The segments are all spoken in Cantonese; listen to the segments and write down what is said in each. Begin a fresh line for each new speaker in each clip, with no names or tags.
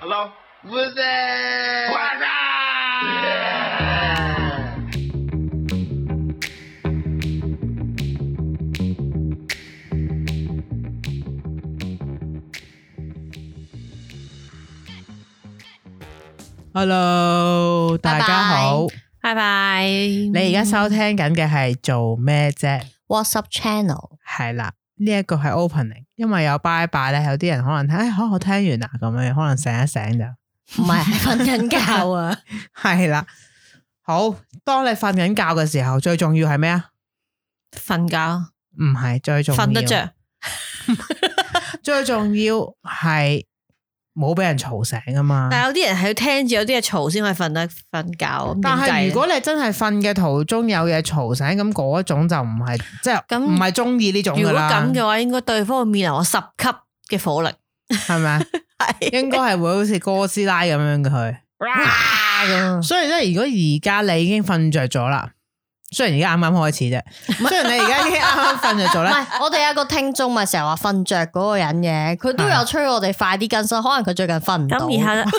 hello?
What's that?
What's
Yeah.
Hello，大家好，
拜拜。
你而家收聽緊嘅係做咩啫？
WhatsApp channel
係啦，呢、一個係 opening，因為有拜拜咧，有啲人可能睇，哎，可我聽完啦，咁樣可能醒一醒就
唔係係瞓緊覺啊，
係啦。好，當你瞓緊覺嘅時候，最重要係咩啊？
瞓覺
唔係最重要，
瞓得。着，
啊
最重要係冇俾人嘈醒啊嘛。
但係有啲人係要聽住有啲嘢嘈先可以瞓得瞓覺
哦
咁點計
但
呢。
係如果你真係瞓嘅途中有嘢嘈醒，咁嗰一種就唔係即係
咁
唔係中意呢種
如
噶
果
啦
咁，嘅話，應該對方會面臨我十級 嘅火力。
係咪啊？應該係會好似哥斯拉咁樣嘅佢。
咁
所以咧，如果而家你已經瞓着咗啦，雖然而家啱啱開始啫，雖然你而家已經啱啱瞓着咗
唔
咧，
係，我哋有個聽眾咪成日話瞓着嗰個人嘅，佢都有催我哋快啲更新，可能佢最近瞓唔到。
咁然後就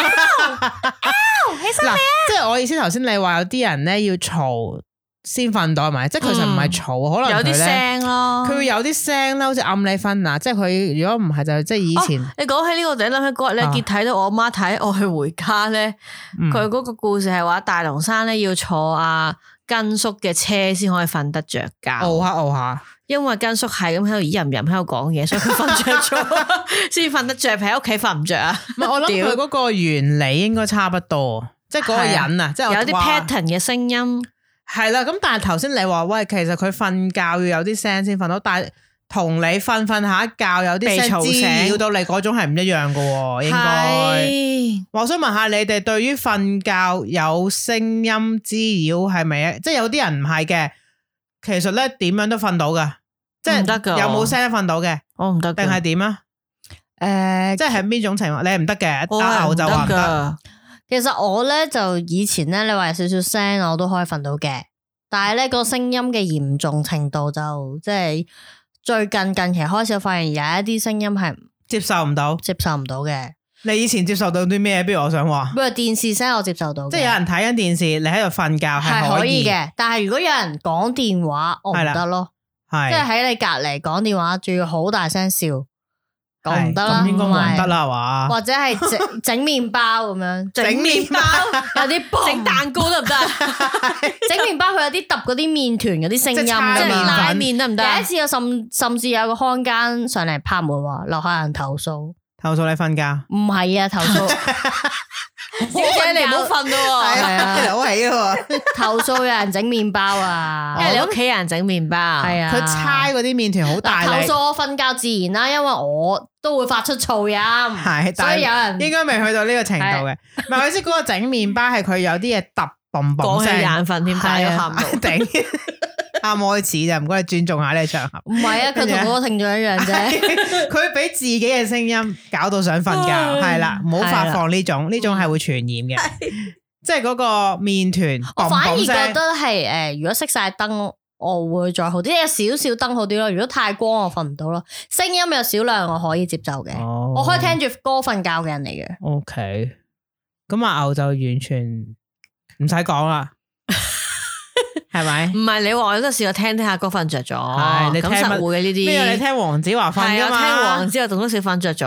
嗱，即係我意思頭先你話有啲人咧要嘈先瞓到係咪？即係佢其實唔係嘈，可能
有
佢
啲
咧
聲咯。
佢會有啲聲啦，好似暗你分啊，即係佢如果唔係就即係以前
你講起呢個，我就諗起嗰日咧，
啊
結睇到我媽睇我去回家咧，
嗯
佢嗰個故事係話大龍山咧要坐阿根叔嘅車先可以瞓得着覺。
熬下熬下，
因為根叔係咁喺度吟吟喺度講嘢，所以佢瞓着 咗，先瞓得着。喺屋企瞓唔着啊，
唔係我諗
屌
佢嗰個原理應該差不多，即係嗰個人啊，即係
有
我
啲
話
pattern 嘅聲音，
係啦，咁但係頭先你話喂，其實佢瞓覺要有啲聲先瞓到，但係同你瞓瞓下一覺有啲
被
聲
嘈
滋
醒
擾到你嗰種係唔一樣嘅喎，應該。
係
我想問下你哋對於瞓覺有聲音滋擾係咪？即係有啲人唔係嘅，其實咧點樣都瞓到噶，即係
唔得㗎
有冇聲都瞓到嘅，
我唔得㗎，
定係點啊？
诶，
即係係邊種情況？你係唔得嘅，
我
打
係
牛啊
唔
就
得
話唔得。
噶，
其實我咧就以前咧，你話有少少聲我都可以瞓到嘅，但係咧個聲音嘅嚴重程度就即係最近近期開始，我發現有一啲聲音係
接受唔到，
接受唔到嘅，
你以前接受到啲咩？不如我想話，
不過電視聲我接受到嘅，
即係有人睇緊電視，你喺度瞓覺係
係
可
可
以
以，嘅，但係如果有人講電話，我唔
係啦
得咯。
係
即系喺你隔篱讲电话，仲要好大声笑，咁唔得啦，
係咁應該冇人得啦，係
同埋，
嘛？
或者系整整面包咁样，
整麵包、
有啲嘣
整蛋糕 得唔得？
整面包，佢有啲揼嗰啲面团嗰啲声
即係
音㗎
叉
嘛
即係
麵
拉
粉
麵得唔得？
有一次有甚甚至有个看更上嚟拍门话楼下有人投诉，
投訴你瞓覺，
唔系啊投诉，
小姐你唔好瞓
係
咯，
啊
好起喎。
投诉有人整面包啊，
因為你屋企人整麵包，
系啊，
佢猜嗰啲麵團好大
投
力
诉，我瞓觉自然啦，因为我都会发出噪音，
係，
所
但
以有
係
人
應該未去到呢個程度嘅。唔係，我意思嗰個整麵包係佢有啲嘢揼嘣嘣
講起
聲，
眼瞓添，
啊
但係又喊到。
頂啱開始就唔該你尊重下呢個場合。
唔系啊，佢
跟
同
住呢
嗰个听众一样 啫。
佢俾自己嘅聲音搞到想瞓覺，係啦，唔好發放呢種，呢種係會傳染嘅，即係嗰個麵團
嗯我反而
嘣嘣
覺
聲
得。係誒、呃如果熄晒燈，我會再好啲，有少少燈好啲咯。如果太光，我瞓唔到咯。聲音有少量，我可以接受嘅。
哦
我可以聽住歌瞓覺嘅人嚟嘅。
O K，咁阿牛就完全唔使講啦， 係咪
唔？係你話我都試過聽聽下歌瞓着咗，
係你聽
咁實
乜
會嘅呢啲。
咩啊？你聽黃子華瞓
係
噶
啊，聽
嘛
黃？之後仲都少瞓着咗，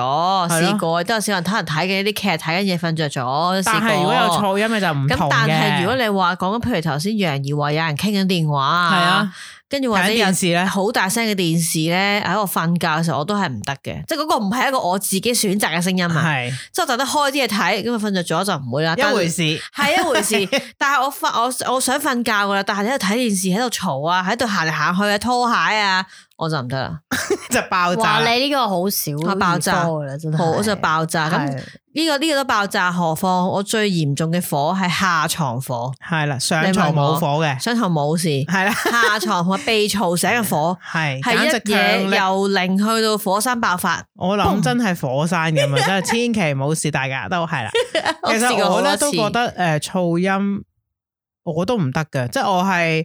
係咯
試過都有少人睇人睇嘅啲劇睇緊嘢瞓着咗，
但係
係
如果有噪音嘅就唔
咁
同
但
嘅。
係如果你話講緊，譬如頭先楊怡話有人傾緊電話
係啊，
跟住或者
睇緊
有
電視咧
好大聲嘅電視咧喺我瞓覺嘅時候，我都係唔得嘅，即係嗰個唔係一個我自己選擇嘅聲音啊，
係
即係我特登開啲嘢睇，咁啊瞓着咗就唔會啦。
一
但
回事，
係一 啊回
啊
事，但係我瞓我我想瞓覺噶啦，但係喺度睇電視喺度嘈啊，喺度行嚟行去啊，拖鞋啊，我就唔得啦，
就爆炸
哇！
啦。
你呢個好少
啊爆炸
遇多㗎啦，真係
好我就爆炸。咁
係
呢個呢個都爆炸，何況我最嚴重嘅火係下床火，
係啦，上床
你問
冇
我
火嘅，
上床 冇事，
係啦，。
下床同埋被嘈醒嘅火
係
係
簡
一
直強
嘢
力。
由零去到火山爆發，
我諗真係火山咁 啊！真係千祈冇事，大家都係啦。
我
其
試
實
過
我
好
咧
多
都
次
覺得诶噪音我都唔得嘅，即係我係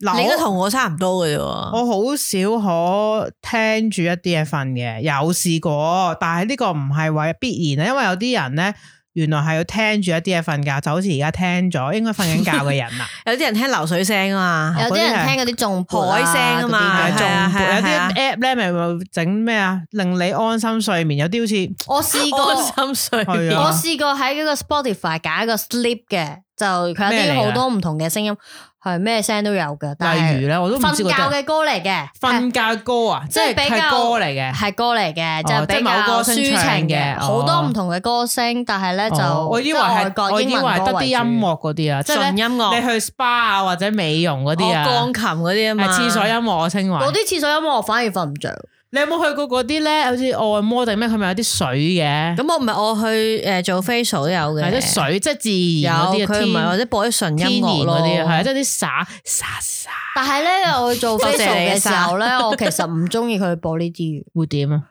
嗱我
你應該同我差唔多嘅啫喎。
我好少可聽住一啲嘢瞓嘅，有試過，但係呢個唔係話必然啊，因為有啲人咧原來係要聽住一啲嘢瞓覺，就好似而家聽咗應該瞓緊覺嘅人啊啦，
有啲人聽流水聲啊嘛，
有啲人聽嗰啲仲
海聲 啊嘛
係
係
仲
啊係啊
有
係啊
啲 app 咧咪咪整咩啊，令你安心睡眠，有啲好似。
我試過，
安心睡
係
眠
啊
我試過喺嗰個 Spotify 揀一個 sleep 嘅，就佢有
咩嚟
啲
㗎
好多唔同嘅聲音，係咩聲都有嘅。但係
例如咧，我都唔
瞓
知
覺
嗰啲人
嘅歌嚟嘅，
瞓覺歌啊，即
即係
係
比
係
較
歌嚟嘅。
係歌嚟嘅，
哦
就
即係
比
某
較
歌
抒
星
情
唱
嘅，
嘅
好多
哦
唔同嘅歌星，但係咧就
哦我以為
即係外
係，
國
我
英
以為
文
係
歌
得啲
為主
音樂嗰啲啊，即係
純
咧
音樂
你去 SPA 啊或者美容嗰啲啊
我鋼，琴嗰啲啊
係
嘛，
廁所音樂我稱為
嗰。啲廁所音樂我反而瞓唔着。
你有冇去過嗰啲咧？好似按摩定咩？佢咪有啲水嘅，
咁我唔係我去誒做 facial 都有嘅，
係啲水即
有
係自然嗰啲
佢唔係或
啊，
者播啲純
天天
音
然
樂咯
嗰啲啊，係啊即係啲灑灑灑
但係咧，我去做
多謝
facial
你
嘅時
莎
候咧，我其實唔中意佢播呢啲，
會點啊？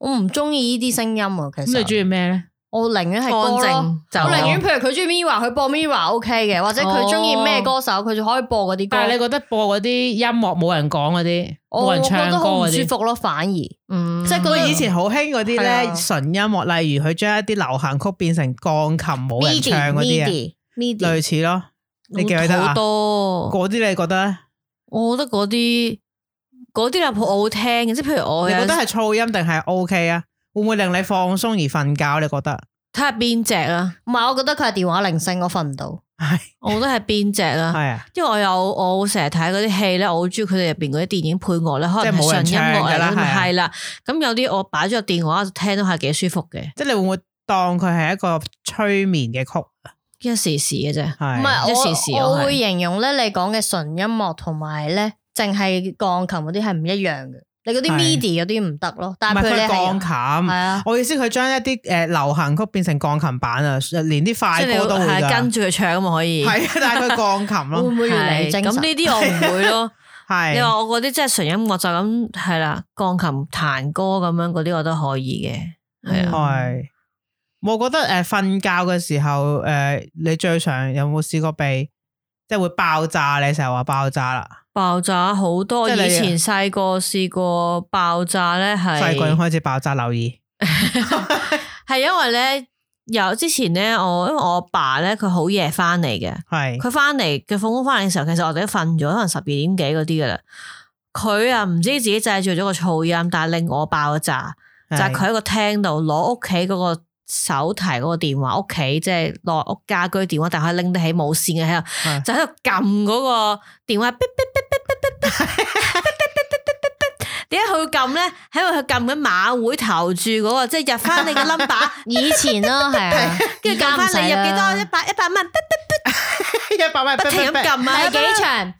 我唔中意呢啲聲音啊。其
咁你中
實
意咩咧？
我寧願係歌
安
咯
靜。就
我寧願譬如佢中意 Mira，佢播 Mira OK 嘅，或者佢中意咩歌手，佢就可以播嗰啲
哦但係你
歌。
覺得播嗰啲音樂冇人講嗰啲，冇
我
人
覺
唱
得好
歌
唔
嗰
舒
啲。
服咯，反而即
嗯
係
不過
嗰
以前好興嗰啲
係
咧
啊
純音樂，例如佢將一啲流行曲變成鋼琴冇人
midi
唱嗰啲啊，
midi midi
類似咯。你記唔記得
好
啊？
多，
嗰啲你覺得咧？
我覺得嗰啲嗰啲laptop 好好聽嘅，即係譬如我
你
有
覺得係噪音定係 O K 啊？會唔會令你放鬆而瞓覺？你覺得
睇下邊只啦，
唔係，我覺得佢係電話鈴聲，我瞓唔到。
係
我覺得係邊只啦，
係啊？
因為我有我成日睇嗰啲戲咧，我好中意佢哋入邊嗰啲電影配樂咧，可
即係
能
冇
係
人
純音樂
唱㗎
嚟
啦
㗎嘛
係啊
係啦，咁有啲我擺咗個電話聽都係幾舒服嘅，
即係你會唔會當佢係一個催眠嘅曲？
一時時嘅啫，
唔
係
一時時
係我，
我
我
係
會形容咧，你講嘅純音樂同埋咧，淨係鋼琴嗰啲係唔一樣嘅。你嗰啲
係
midi 嗰啲唔得咯，
唔
但係
係
譬如你
佢
係
鋼
係
琴？
啊，
我意思佢將一啲誒流行曲變成鋼琴版啊，連啲
即
快
係你
歌都會
係
㗎
跟住佢唱啊嘛，可以。
係啊，但係佢鋼琴
會
咯，
唔會越嚟
係
越精
咁
神？
呢啲我唔會咯。你
係
話我嗰啲即係純音樂就咁係啦，鋼琴彈歌咁樣嗰啲我都可以嘅，係
嗯
啊。
係。我覺得誒瞓覺嘅時候，誒、呃你最常有冇試過被即係會爆炸？你成日話爆炸啦，
爆炸好多，
即
以
係你啊
前細個試過爆炸咧，
細個已經
係
開始爆炸，留意
係因為咧有之前咧，我因為我阿爸咧佢好夜翻嚟嘅，
係
佢翻嚟嘅放工翻嚟嘅時候，其實我哋都瞓咗，可能十二點幾嗰啲噶啦。佢啊唔知自己製造咗個噪音，但係令我爆炸。就係佢喺個廳度攞屋企嗰個手提嗰個電話，屋企即係攞屋家居電話，但係佢拎得起冇線嘅喺度，
係
就喺度撳嗰個電話，嗶嗶嗶嗶嗶嗶嗶點解佢會撳咧？係因為佢撳緊馬會投注嗰個，即係入翻你嘅 number，
以前 啦，係啊，
跟住撳翻你入幾多
多？
一百一百蚊，
一百蚊
不停咁撳啊，
第幾場？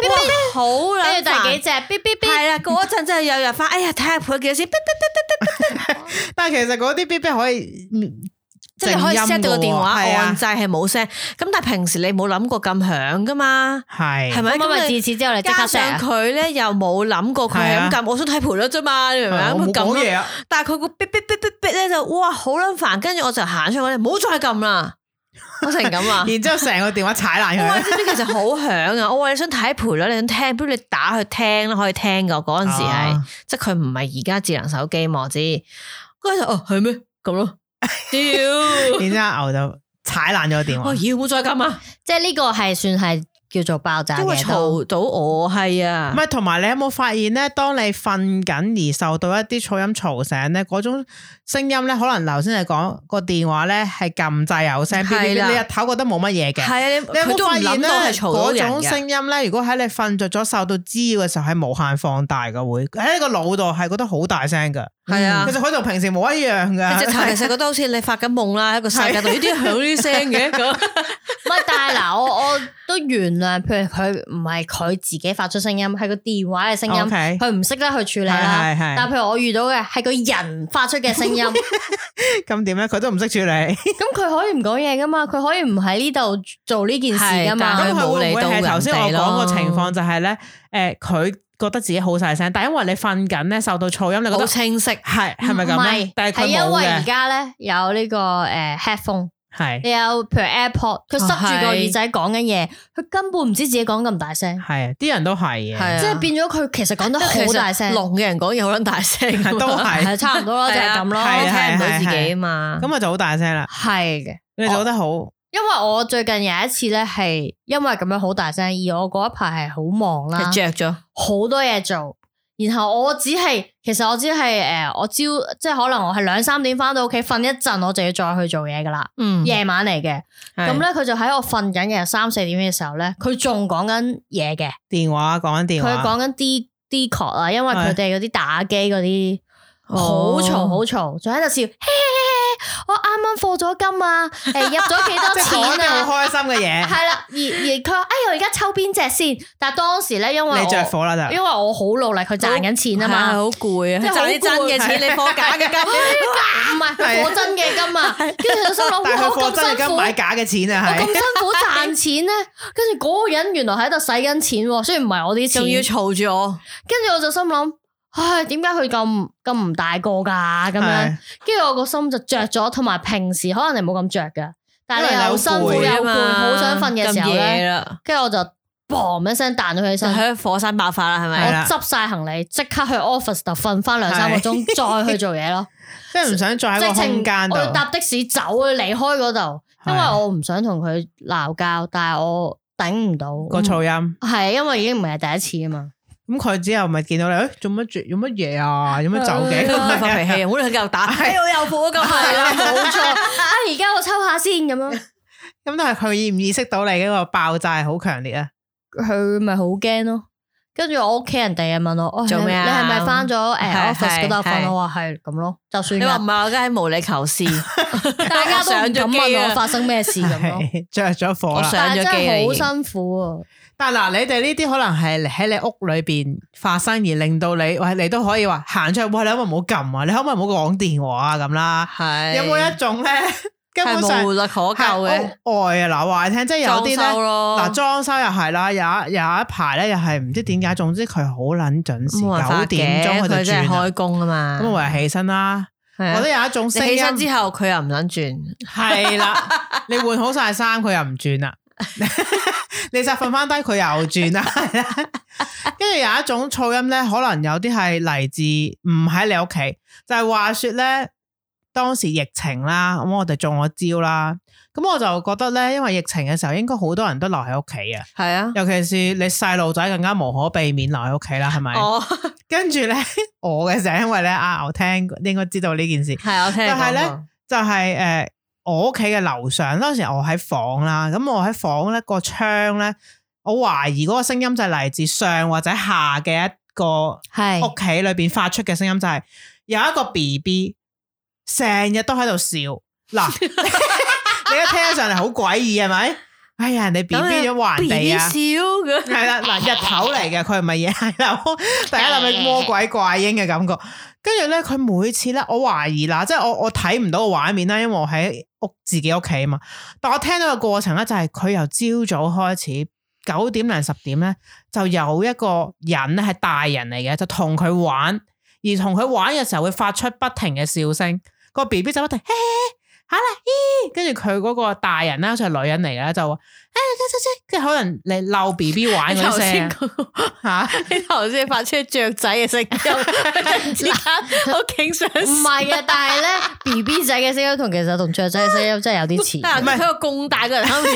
哇好撚
跟住第
煩
幾。隻？嗶嗶嗶。
係啊啦，嗰陣真係又入翻，哎呀，睇下賠幾多錢，
但係其實嗰啲 B B 可以嗯
即係你可以 set 到個電話
係
按
啊，
掣係冇聲，咁但係平時你冇諗過咁響噶嘛，
係
係咪？
咁咪
咁你
自此之後你即刻
加
set
上
啊
佢咧又冇諗過佢係咁
係
撳，我想睇賠率啫嘛，你明唔明啊？
我冇
咁佢撳
講
咯
嘢啊，
但係佢個嗶嗶嗶嗶嗶咧就哇好撚煩，跟住我就行出去咧，唔好再撳啦，我成咁啊！
然之後成個電話踩爛
我 話你
佢，
知唔知其實好響 啊！我話你想睇賠率，你想聽，不如你打去聽啦，可以聽噶。嗰陣時係。
啊
即係佢唔係而家智能手機嘛，我知。跟住就哦係咩咁咯？ 屌！
然之後牛就踩爛咗個電
我
話，
要唔好再撳啊！
即係呢個係算係叫做爆炸
因為
嘅都。
嘈到我係啊
唔，係同埋你有冇發現咧？當你瞓緊而受到一啲噪音嘈醒咧，嗰種聲音咧，可能頭先你講個電話咧係撳掣有聲，
係啦
你日頭覺得冇乜嘢嘅。
係啊，你
你有
佢
冇
都唔
發現
諗
咧？
到係嘈到
嗰
人
種
嘅。
聲音咧，如果喺你瞓着咗受到滋擾嘅時候，係無限放大嘅，會喺你個腦度係覺得好大聲噶。
係啊
其，實佢同平時冇一樣
你直頭
噶。
其實覺得好似你發緊夢啦，喺個世界 度呢啲響呢啲聲嘅咁。
唔係，但係嗱，我我都原諒，譬如佢唔係佢自己發出聲音，係個電話嘅聲音，
OK
佢唔識得去處理啦
係係係。
但係譬如我遇到嘅係個人發出嘅 聲音，咁
咁點咧？佢都唔識處理。
佢可以唔講嘢噶嘛，佢可以唔喺呢度做呢件事噶
係
嘛
但。
咁
佢
佢
冇
會
理
唔會
到人
係頭先我
哋咯
講個情況就係咧？誒，佢覺得自己好細聲，但因為你瞓緊咧，受到噪音，你覺
好
得
清晰，
係係咪咁
唔
咧
係？
但係
係
佢
因
冇
為而
嘅。
家咧有呢個誒呃 headphone，
係
你有譬如 AirPod，佢
哦
塞住個耳仔講緊嘢，佢根本唔知自己講咁大聲，
係，啊啲人都係嘅，
即係變啊咗佢其實講得好大聲，
聾嘅人講嘢好撚大聲㗎
都
嘛，
係
係差唔多啦，就係咁咯。
係啊
聽唔到自己啊嘛。
咁啊就好大聲啦。
係嘅，
你做得好，
因為我最近有一次咧係因為咁樣好大聲，而我嗰一排係好忙啦，
係着咗，
好多嘢做。然後我只係，其實我只係誒、呃我朝即係可能我係兩三點翻到屋企瞓一陣，我就要再去做嘢噶啦。
嗯，
夜晚嚟嘅，
係
咁咧佢就喺我瞓緊嘅三四點嘅時候咧，佢仲講緊嘢嘅，
電話講緊電話，
佢講緊 D D 確啊，因為佢哋嗰啲打機嗰啲好
哦
嘈好嘈，仲喺度笑，嘿嘿嘿，我啱啱課咗金啊，誒入咗幾
即係講
多
一
錢
啲
啊
好？開心嘅
系
嘢，
啦，而而佢話：哎呀，我而家抽邊只先？但系当时咧，因為
你
我
着火啦
因為
就。
我好努力，佢賺緊錢啊
係係
嘛，
好攰啊，
即係好
賺啲真嘅錢，你放假嘅金，
唔 係佢貨真嘅金啊，跟住就心諗
但 係
哇，
佢
我
貨真
咁
係
辛苦，
金買
我
假嘅錢啊，
咁
係
辛苦賺錢咧，跟住嗰個人原來喺度使緊錢喎，雖然唔係我啲錢，
仲要嘈住我，
跟住我就心諗，唉，點解佢咁咁唔大個㗎？咁樣，
係
跟住我個心就着咗，同埋平時可能你冇咁着㗎，但係
因為
你
你
又
好
辛苦又
攰啊
攰，好想瞓嘅時候
咁夜
咧，
啦，
跟住我就砰一聲彈咗佢起
就
身。
喺火山爆發啦，係
我
咪？
係啦
執晒行李，即刻去 office 度瞓翻兩三個鐘，再去做嘢咯。
即係唔想再喺個
直情
空間度
我。要搭的士走啊，離開嗰度，因為
係
我唔想同佢鬧交，但係我頂唔到
個噪音，
係因為已經唔係第一次啊嘛。
咁佢之後咪見到你，誒做乜住，做乜嘢 啊，有乜走嘅？
係啊
發脾氣，好你繼續打，哎我又火咁
係
係
啦，
啦，
冇錯。啊，而家我抽下先咁樣，
咁但係佢意唔意識到你嗰個爆炸係好強烈啊？
佢咪好驚咯。跟住我屋企人第日問我，哦
做咩啊
你你係咪翻咗誒
係
office 嗰度
係
瞓？啊
係
我話係咁咯，就算
你話唔
㗎
係我梗係無理求事，
大家都唔敢
上咗機
問
啊
我發生咩事咁咯。
係着咗火
我
啦
想！
但係 真
上咗機啦
係好
已經
辛苦啊！
但嗱，你哋呢啲可能係喺你屋裏邊發生，而令到你，喂，你都可以話行出去，喂，你可唔可以唔好撳啊？你可唔可以唔好講電話啊？咁啦，
係
有冇一種 咧，根本
係
上
無可救嘅？
外啊！嗱，話你聽，即係有啲
裝修
咧，
咯
嗱，裝修又係啦，有一有一排咧，又係唔知點解，總之佢好撚準時，
冇辦法
九點鐘
嘅
佢
佢
就
真係
轉啦
開工啊嘛。
咁我唯有起身啦。
係
我
啊
覺得有一種
你
聲
起身
音
之後，佢又唔撚轉，
係啦，你換好晒衫，佢又唔轉啦。 你就瞓翻低，佢又轉啦，係啦。 跟住有一種噪音咧，可能有啲係嚟自唔喺你屋企，就係、話說咧，當時疫情啦，咁我哋中咗招啦，咁我就覺得咧，因為疫情嘅時候，應該好多人都留喺屋企啊，
係啊。
尤其是你細路仔更加無可避免留喺屋企啦，係咪？
哦，
跟住咧， 我嘅就係因為咧，阿牛聽應該知道呢件事，
係我聽你
但係
講
咧
過。
就係、呃我屋企嘅樓上，當時我喺房啦，咁我喺房咧個窗咧，我懷疑嗰個聲音就係嚟自上或者下嘅一個
係
屋企裏邊發出嘅聲音，就係、有一個 B B 成日都喺度笑， 嗱，你一聽起上嚟好詭異係咪？哎呀，人哋 B B 咗還地啊！
少
系
嘅，
啦，嗱日頭嚟嘅，佢唔係嘢，係啦，大家諗起魔鬼怪嬰嘅感覺。跟住咧，佢每次咧，我懷疑啦，即係我我睇唔到個畫面啦，因為我喺屋自己屋企啊嘛。但我聽到嘅過程咧，就係佢由朝早開始，九點零十點咧，就有一個人咧係大人嚟嘅，就同佢玩，而同佢玩嘅時候會發出不停嘅笑聲，個 B B 就不停。嘿好啦，咦，跟住佢嗰個大人啦，好似係女人嚟嘅咧，就話，哎，即係可能你鬧 B B 玩
你
嗰
頭
啲聲
先
啊
嗰個
吓，
你頭先發出雀仔嘅聲音， 突然之間我勁想
唔 係啊 嘅，但係咧 B B 仔嘅聲音同其實同雀仔嘅聲音真係有啲似。
但啊係佢喺個咁大個人 喺度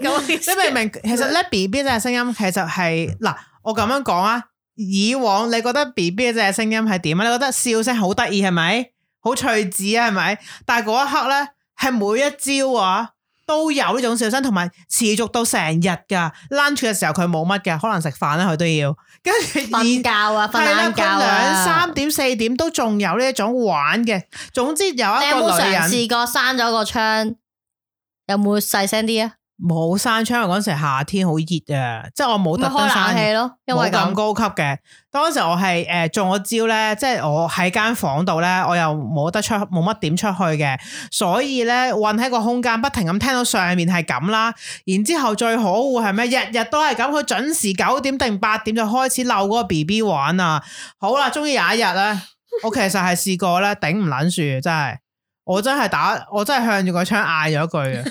咁嘅
你
聲，
明唔明？其實咧 B B 隻聲音其實係嗱，我咁樣講啊，以往你覺得 B B 隻聲音係點啊？你覺得笑聲好得意係咪？好趣致啊係咪？但係嗰一刻咧，係每一朝啊。都有呢種笑聲，同埋持續到成日㗎。lunch 嘅時候佢冇乜嘅，可能食飯啦佢都要。跟住而
瞓覺啊，瞓
係啦，
晏
佢
覺啊。
兩三點四點都仲有呢一種玩嘅。總之有一
你有
個
冇
女
嘗
人
試過閂咗個窗？有冇細聲啲啊？
冇閂窗，嗰陣時夏天好熱啊，即係我冇
咪
特登
開冷氣
閂，
咯，因為
冇咁
咁
高級嘅。當時我係誒、呃中咗招咧，即係我喺間房度咧，我又冇得出，冇乜點出去嘅，所以咧困喺個空間，不停咁聽到上面係咁啦。然之後最可惡係咩？日日都係咁，佢準時九點定八點就開始鬧嗰個 B B 玩啊！好啦，終於有一日咧，我其實係試過咧頂唔撚住，真係我真係打，我真係向住個窗嗌咗句啊，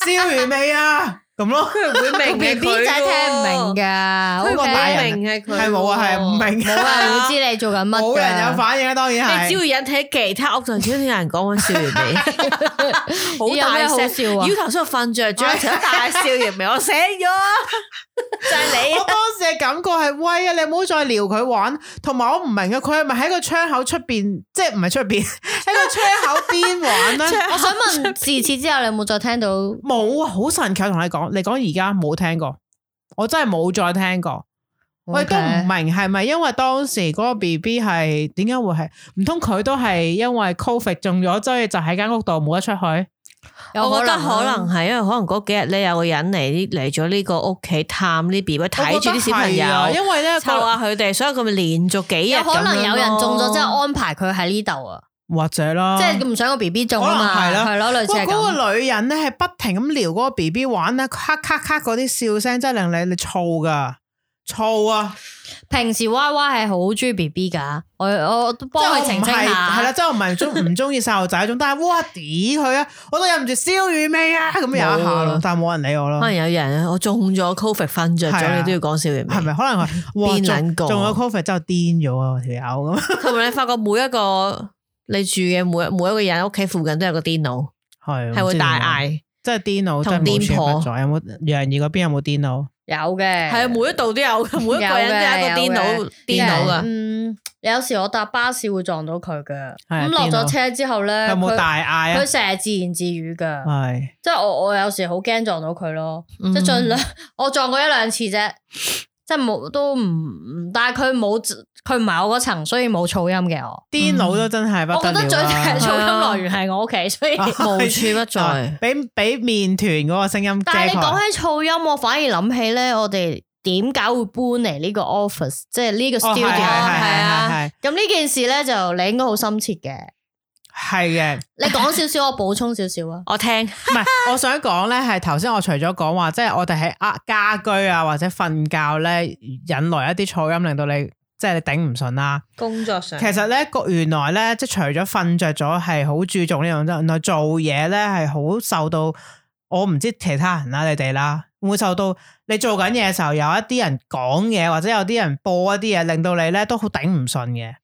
燒完未啊？咁咯，
佢唔會明
B
嘅
B 仔聽唔明
嘅，
噶，
嗰
佢
個大人
明係佢喎，
係冇啊，係唔明
冇
啊，
人會知你做緊乜㗎
冇人有反應啊，當然
你只
係。
要引起其他屋就只聽有人講緊笑完未， 好
有咩
大
好
聲
笑啊
妖頭先瞓着咗，成日大笑完未，我醒咗，就係你
我當時嘅感覺係威啊！你唔好再撩佢玩，同埋我唔明啊，佢係咪喺個窗口出邊，即係唔係出 邊，喺個窗口邊玩咧？
我想問，自此之後你有冇再聽到？
冇啊，好神奇！我同你講，你講而家冇聽過，我真係冇再聽過。我亦都唔
OK
明係咪因為當時嗰個 B B 係點解會係？唔通佢都係因為 Covid 中咗，所以就喺間屋度冇得出去？
有
我覺得
啊
可能係因為可能嗰幾日咧有個人嚟嚟咗呢個屋企探呢 B B，睇住啲小朋友，
我覺得係啊因為咧
湊下佢哋，所以佢咪連續幾日
有可能有人中咗，
之
即係
後
安排佢喺呢度啊，
或者啦，
即係唔想個 B B 中啊
可
嘛，
能係
係咯，類似
哇！
係
嗰
咁。
個女人咧係不停咁撩嗰個 B B 玩咧，咔咔咔嗰啲笑聲真係令你你燥噶，燥啊！
平時 Y Y 係好中意 B B 噶，我我都
即係
幫
我
佢
唔
澄清
係係啦，
下。
即係我唔係中唔中意細路仔嗰種，但係哇屌佢啊！我都忍唔住燒魚味啊！咁有一下
冇
咯
啊，
但係冇人理我咯
可。能有人我中咗 Covid 瞓着
係啊
咗，你都要講笑完未
係咪？啊可能係哇
邊
中
撚個
中咗 Covid 之後癲咗啊條友咁，
同埋你發覺每一個你住嘅每每一個人屋企附近都有個癲佬，
係
係會大，嗌，
即係癲佬，
同
真係冇
癲婆
處不在有冇楊怡嗰邊有冇癲佬？
有嘅，
係啊，每一度都 有，每一個人都有一個癲
有
佬
嘅
癲佬噶。
嗯，有時我搭巴士會撞到佢嘅，
係
咁落
癲佬
咗車之後咧，
有冇
佢
大嗌啊
佢？成日自言自語噶。
係
即系我我有時好驚撞到佢咯，
嗯
即 系尽量 我撞過一兩次啫，即系冇都唔唔，但係佢冇佢唔係我嗰層，所以冇噪音嘅我。
癲佬都真係
我
不
覺得
得
最
了啊
大
啦
嘅噪音來源係我屋企，所以
無處不在
啊俾俾面團嗰個聲音遮
但係你
蓋。
講起噪音，我反而諗起咧，我哋點解會搬嚟呢個 office，即係呢個
哦係
studio
係係
係啊
係係？
咁呢件事咧就你應該好深切嘅，
係嘅，
你講少少，我補充少少啊。
我聽
唔 係，我想講咧，係頭先我除咗講話，即係我哋喺呃家居啊或者瞓覺咧，引來一啲噪音，令到你即係你頂唔順啦。
工作上
其實咧，個原來咧，即係除咗瞓着咗係好注重呢樣啫，原來做嘢咧係好受到我唔知其他人啦，你哋啦，會唔會受到你做緊嘢嘅時候有一啲人講嘢，或者有啲人播一啲嘢，令到你咧都好頂唔順嘅。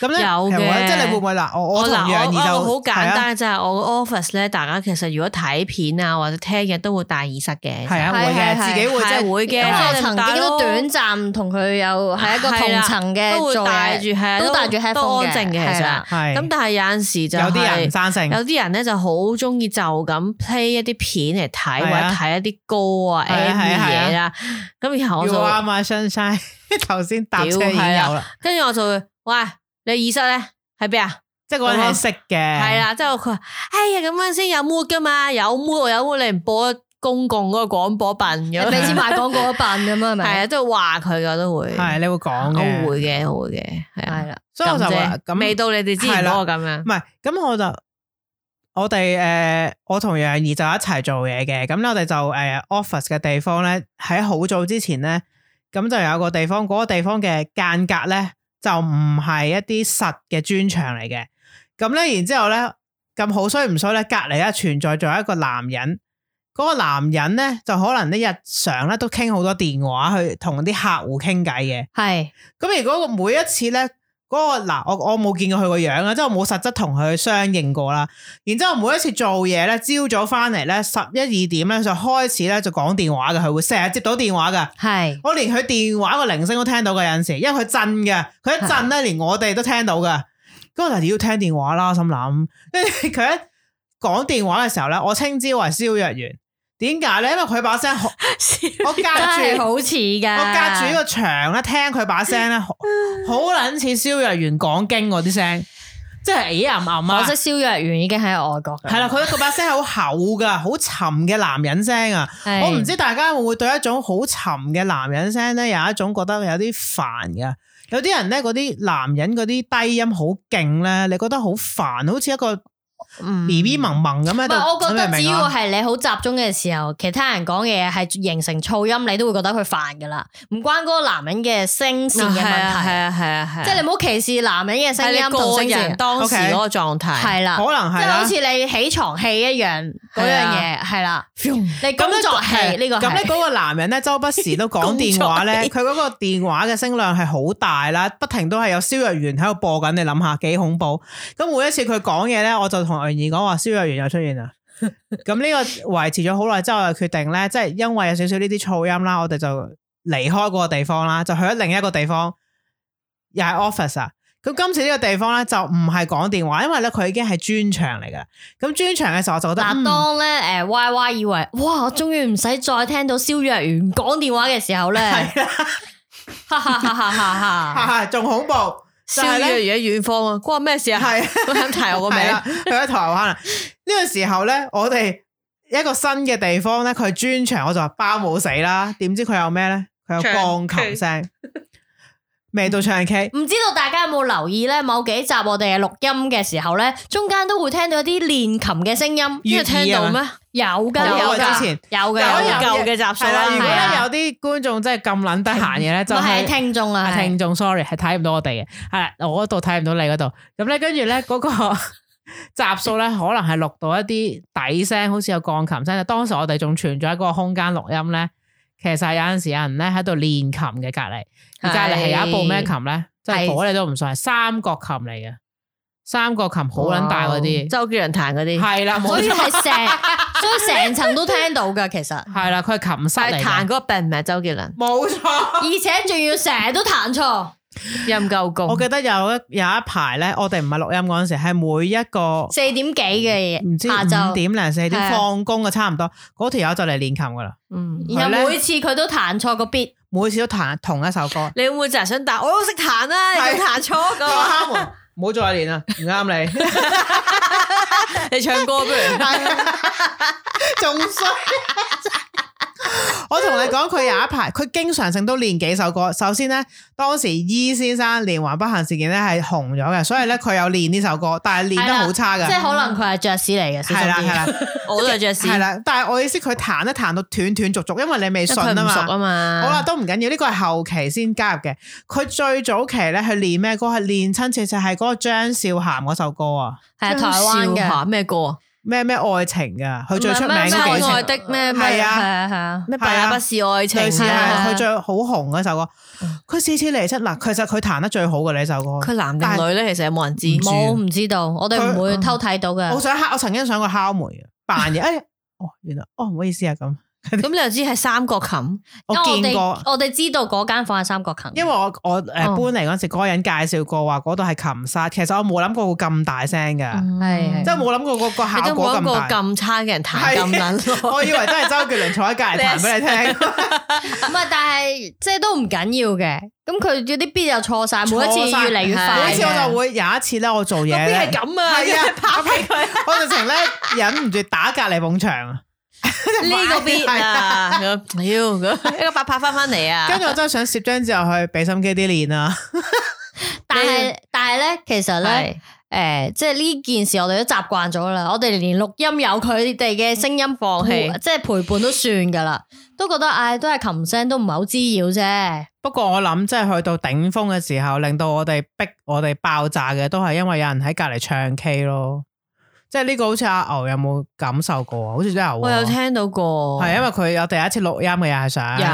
咁咧，
有嘅
其實我即係你會唔會嗱？我我同
嗱
楊怡就
我我好簡
係啊
單，就係我個 office 咧，大家其實如果睇片啊或者聽嘢都會大耳塞嘅，
係啊，會
係係
嘅，
係
自己會即
係
係
會嘅，
咁我
即係
曾
大
經
佬
都短暫同佢有係一個
係
同
啦
層嘅
都會
做
戴
嘢
住係啊
都戴住 headphone
都安
嘅
靜嘅其
係
實
啦。
係啊
咁但係有陣時就
有啲人唔
係
生性，
有啲人咧就好中意就咁 play 一啲片嚟睇，或
係啊
者睇一啲歌啊
係啊
M
係啊係啊
嘢啦。咁然後我
要
就
啱啊，sunshine 頭先搭車已經
屌係啊
有啦，
跟住我就會喂你耳塞咧喺邊啊？
即係嗰個人係識嘅，
係啦，之後佢話：哎呀，咁樣先有 mood 噶嘛，有 mood 我有 mood，你唔播公共嗰個廣播笨
你
咁 樣。
俾錢買廣告一笨咁啊，係
係
咪？
啊，都係話佢噶都會。
係你啊會講嘅，
我會嘅，我會嘅，係啊
係。啦，
所以我就話
啫
咁
未到你哋之前
係啦
嗰個咁樣
唔。係，咁我就我哋誒、呃我同楊怡就一齊做嘢嘅，咁我哋就誒、呃 office 嘅地方咧，喺好早之前咧，咁就有個地方，嗰、個地方嘅間隔咧就唔係一啲實嘅磚牆嚟嘅，咁咧然之後咧，咁好衰唔衰咧，隔離咧存在咗一個男人。嗰個男人咧，就可能呢日常咧都傾好多電話去同啲客戶傾偈嘅。
係
咁如果個每一次咧，嗰、個嗱，我我冇見過佢個樣啊，即係我冇實質同佢相應過啦。然之後每一次做嘢咧，朝早翻嚟咧，十一二點咧就開始咧就講電話嘅，佢會成日接到電話嘅。
係
我連佢電話個鈴聲都聽到嘅有陣時，因為佢震嘅，佢一震咧，連我哋都聽到嘅。咁我就要聽電話啦，心諗，跟住 佢一講電話嘅時候咧，我稱之為蕭若元。點解咧？因為佢把聲好，我隔
真係
住。
好似㗎。
我隔住呢個牆咧，聽佢把聲 咧，好好撚似蕭若元講經嗰啲聲，即係咦呀媽
可
媽。
惜蕭若元已經喺外國㗎
係啦，，佢佢把聲係好厚噶，好沉嘅男人聲啊！
係
我唔知大家會唔會對一種好沉嘅男人聲咧，有一種覺得有啲煩噶。有啲人咧，嗰啲男人嗰啲低音好勁咧，你覺得好煩，好似一個
嗯
B B 萌萌咁喺
唔係，
度，
我覺得
你
只
明唔明
要
啊
係你好集中嘅時候，其他人講嘅嘢係形成噪音，你都會覺得佢煩噶啦。唔關嗰個男人嘅聲線嘅問
係啊係
題，
啊係啊係啊，
即係你唔好歧視男人嘅聲
係
音同
你個
聲
人
線。
當時
OK
嗰個狀態
係啦，
可能係
啊即係
啦
好似你起床氣一樣嗰
係
樣
啊
嘢，係啦。 你工
咁咧
作氣
係
呢個
咁咧
係
嗰個男人咧，周不時都講電話 咧，佢嗰個電話嘅聲量係好大啦，不停都係有蕭若元喺度播緊，你諗下幾恐怖？咁每一次佢講嘢咧，我就同楊怡講話蕭若元又出現 啦。咁呢個維持咗好耐之後，我就決定咧，即係因為有少少呢啲噪音啦，我哋就離開嗰個地方啦，就去咗另一個地方，又係 office 啊。咁今次呢個地方咧就唔係講電話，因為咧佢已經係專場嚟噶。咁專場嘅時候我就覺得，
嗱，
嗯
當咧誒 Y Y 以為哇，我終於唔使再聽到蕭若元講電話嘅時候咧，
係啦，
哈哈哈 哈哈哈！
係仲恐怖，就係
蕭若
咧
元喺遠方啊，關我咩事啊？
係啊
我想提我個名
係，啦，去咗台灣啦。呢個時候咧，我哋一個新嘅地方咧，佢專場，我就話包冇死啦。點知佢有咩咧？佢有鋼琴聲，未到唱 K。
唔知道大家有冇留意咧？某幾集我哋嘅錄音嘅時候咧，中間都會聽到一啲練琴嘅聲音，
粵
呢
語
個聽到咩？
有㗎
好耐
有㗎
啊之前
有㗎
有
有
啊
㗎，
舊嘅集數
係啦，如果
係
咧
啊
有啲觀眾真係咁撚得閒嘅咧，就
唔係係
係。
聽眾啊，
啊，聽眾，sorry，係睇唔到我哋嘅，係啦，我嗰度睇唔到你嗰度。咁咧，跟住咧嗰個 集數咧，可能係錄到一啲底聲，好似有鋼琴聲。當時我哋仲存咗喺嗰個空間錄音咧，其實有陣時有人咧喺度練琴嘅隔離，而隔離係有一部咩琴咧，即係
係
火你都唔信，係三角琴嚟嘅，三角琴好撚大嗰啲，
周杰倫彈嗰啲，
哦係啦，冇
所以
錯，
係成， 所以成層都聽到㗎，其實，
係啦，佢係琴室
但係
嚟
彈嗰
嘅，
個並唔係周杰倫，
冇錯。
而且仲要成日都彈錯，
又唔夠
我
共。
記得有一有一排咧，我哋唔係錄音嗰陣時，係每一個
四點幾嘅
唔
嘢，
知
下
五
晝，
點零四
係
點
啊
放工嘅差唔多，嗰條友就嚟練琴噶啦，
嗯，
然
係
後
呢
每次佢都彈錯個 beat。
每次都彈同一首歌。
你會唔會就係想彈？我都識彈啦，
係
你仲彈錯
我 話
咁。啊
敲門，唔好再練啦，唔啱你，
你唱歌不如？
仲衰。我同你講，佢有一排，佢經常性都練幾首歌。首先咧，當時伊先生練《還不幸事件》咧係紅咗嘅，所以咧佢有練呢首歌，但係練得好差嘅，
即係可能佢係爵士嚟嘅，小心
係啦係
啲。
啦
我都係爵士，
係啦。但係我意思，佢彈都彈到斷斷續續，因為你未
因為
信
佢
啊
唔熟
嘛
啊。嘛。
好啦，，都唔緊要，呢個係後期先加入嘅。佢最早期咧，佢練咩歌？係練親切就係嗰個張韶涵嗰首歌啊，
係啊，台灣嘅，
咩歌啊？
咩咩愛情噶，佢最出名
咩
嗰
咩
幾
親
首
愛的咩咩
係啊
係啊係啊，
咩爸爸不是愛情
類似
啊
係？佢最好紅嗰首歌。佢次次嚟出嗱，其實佢彈得最好嘅呢首歌。
佢男定女咧？其實有冇人知？
冇唔知道，我哋唔會
佢
偷睇到
啊
嘅
我。想敲，我曾經想過敲門嘅，扮嘢。哎，哦，原來哦，唔好意思啊，咁
咁你又知係三角琴，
我
因為
見過
哋，我哋知道嗰間房係三角琴，
因為我我誒搬
哦
嚟嗰陣時，嗰個人介紹過話嗰度係琴沙，其實我冇諗過會咁大聲㗎，
係
即係冇諗過個個
嗯你
效
都
果
冇一個
咁大。
咁差嘅人彈咁撚 耐
我以為真係周杰倫坐喺隔離彈俾你 聽，
唔係，但係即係都唔緊要嘅。咁佢嗰啲 beat 又錯晒， 每一次
錯晒
越嚟越快嘅。
每次我就會有一次咧，我做嘢
邊
咧
係，咁啊？
係啊
拍俾佢
我直情咧忍唔住打隔離埲牆啊！
呢個邊啊？咁妖咁一個八拍翻翻嚟啊！
跟住我真係想攝張之後去俾心機啲練啊！
但係但係咧，其實咧。
係
誒，即係呢件事我哋都習慣咗啦，我哋連錄音有佢哋嘅聲音放
棄
嗯
即係陪伴都算噶啦，都覺得唉，都係琴聲，都唔係好滋擾啫。
不過我諗，即係去到頂峰嘅時候，令到我哋逼我哋爆炸嘅，都係因為有人喺隔離唱 K 咯。即係呢個好似阿牛有冇感受過啊？好似都有喎，
我有聽到過，
係因為佢有第一次錄音嘅又係想
有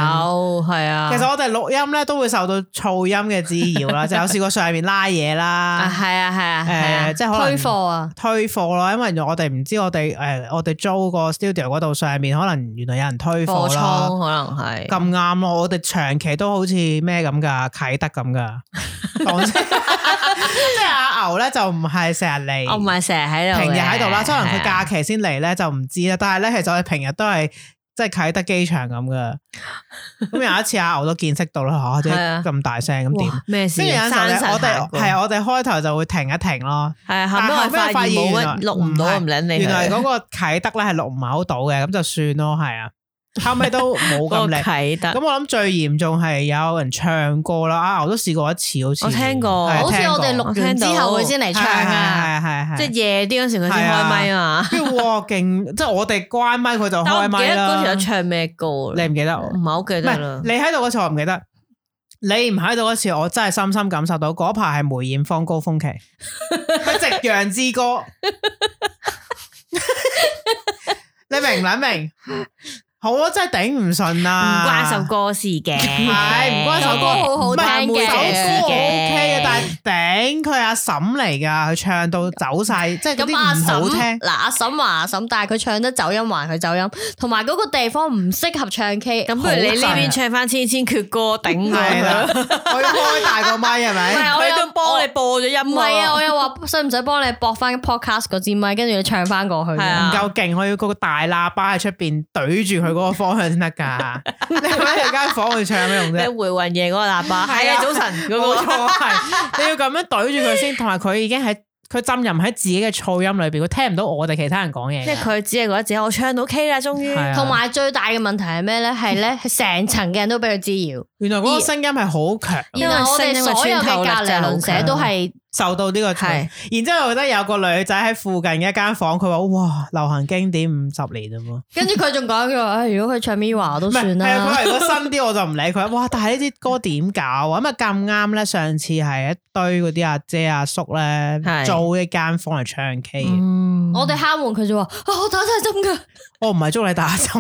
係啊。
其實我哋錄音咧都會受到噪音嘅滋擾啦，就有試過上面拉嘢
啊，
啦，
係啊，係啊，係啊
誒，，即係可能
推貨啊，
推貨啦，因為我哋唔知我哋誒我哋租個 studio 嗰度上面可能原來有人推
貨
貨啦
倉，可能係
咁啱咯。我哋長期都好似咩咁噶，啟德咁噶，講 真， 即係阿牛咧就唔係成日
哦我唔
嚟，
係成日喺度嘅，
平日喺度啦，即係可能佢假
期
期先嚟咧就唔知啦。但係咧其實我哋平日都係。即係啟德機場咁噶，咁有一次阿牛都見識到啦，嚇、即係
係啊
咁大聲咁點？
咩事？
跟住有陣時候咧
山神
我
行
哋
過
係我哋開頭就會停一停咯，
啊係啊後尾我
但後尾
發
發
現
現
冇
原來
乜錄唔到，
唔係
我唔撚理佢。
原來嗰個啟德咧係錄唔係好到嘅，咁就算咯，係啊。後尾都冇咁
嗰個
叻。
啟德
咁，我諗最嚴重係有人唱歌啦，啊，我都試過一次，好似
我聽過
係
我
好似
聽過
我哋錄完之後佢先嚟唱啊，
係係係係係
即即系夜啲嗰時佢先
係啊
開咪 啊嘛。
跟住哇勁，即係我哋關咪佢就
但
開
我唔記
咪
得
啦。
嗰條友唱咩歌啦
你唔記得我？
唔係好記
唔
得
係
啦。
你喺度嗰次我唔記得，你唔喺度嗰次我真係深深感受到嗰排係梅艷芳高峰期，佢夕陽之歌，你明唔撚明？好啊，真係頂唔順
唔
啊！
關首歌事 嘅，
係唔關首歌
好好
唔係
聽
每
嘅
首歌 O
嘅
K 嘅，但係頂佢阿嬸嚟㗎，佢唱到走晒，即係嗰
咁阿
啲唔好
嬸
聽。
嗱阿嬸話阿嬸，但係佢唱得走音還佢走音，同埋嗰個地方唔適合唱 K。啊
咁不如你呢邊唱翻《千千阙歌》頂
啊係啦
佢，，
我要開大個咪係
唔
咪
係？我有
佢都幫你播咗音
唔係啊，
樂
我。又話使唔使幫你駁翻 podcast 嗰支咪，跟住你唱翻過去嘅。
係啊
唔夠勁，我要個大喇叭喺出邊懟住佢嗰個方向先得㗎。你喺間房度唱有咩用
你
啫？
回魂夜嗰個喇叭，係啊，早晨嗰
冇
個。
錯，係你要咁樣懟住佢先，同埋佢已經喺佢浸淫喺自己嘅噪音裏邊，佢聽唔到我哋其他人講嘢
即係
㗎。
佢只係覺得自己我唱到 K 啦，終於。
係啊
同埋最大嘅問題係咩咧？係 咧，係成層嘅人都俾佢滋擾，
原來嗰個聲音係好強，
因為
然後我哋
聲音嘅
所有
穿
嘅
透力
隔
真
離
係好
鄰舍都係
受到呢個噪音。然之後，我覺得有個女仔喺附近嘅一間房，佢話：哇，流行經典五十年啊嘛！
跟住佢仲講佢話：，唉如果佢唱 Miwa 都
唔係
算
係啊，佢
啦。
話如果新啲我就唔理佢。哇！但係呢啲歌點搞啊？咁啊咁啱咧，上次係一堆嗰啲阿姐阿叔咧
係
租一間房嚟唱 K 嘅。
嗯
我哋敲門，佢就話：，啊，我打晒針㗎。
我唔係祝你打針，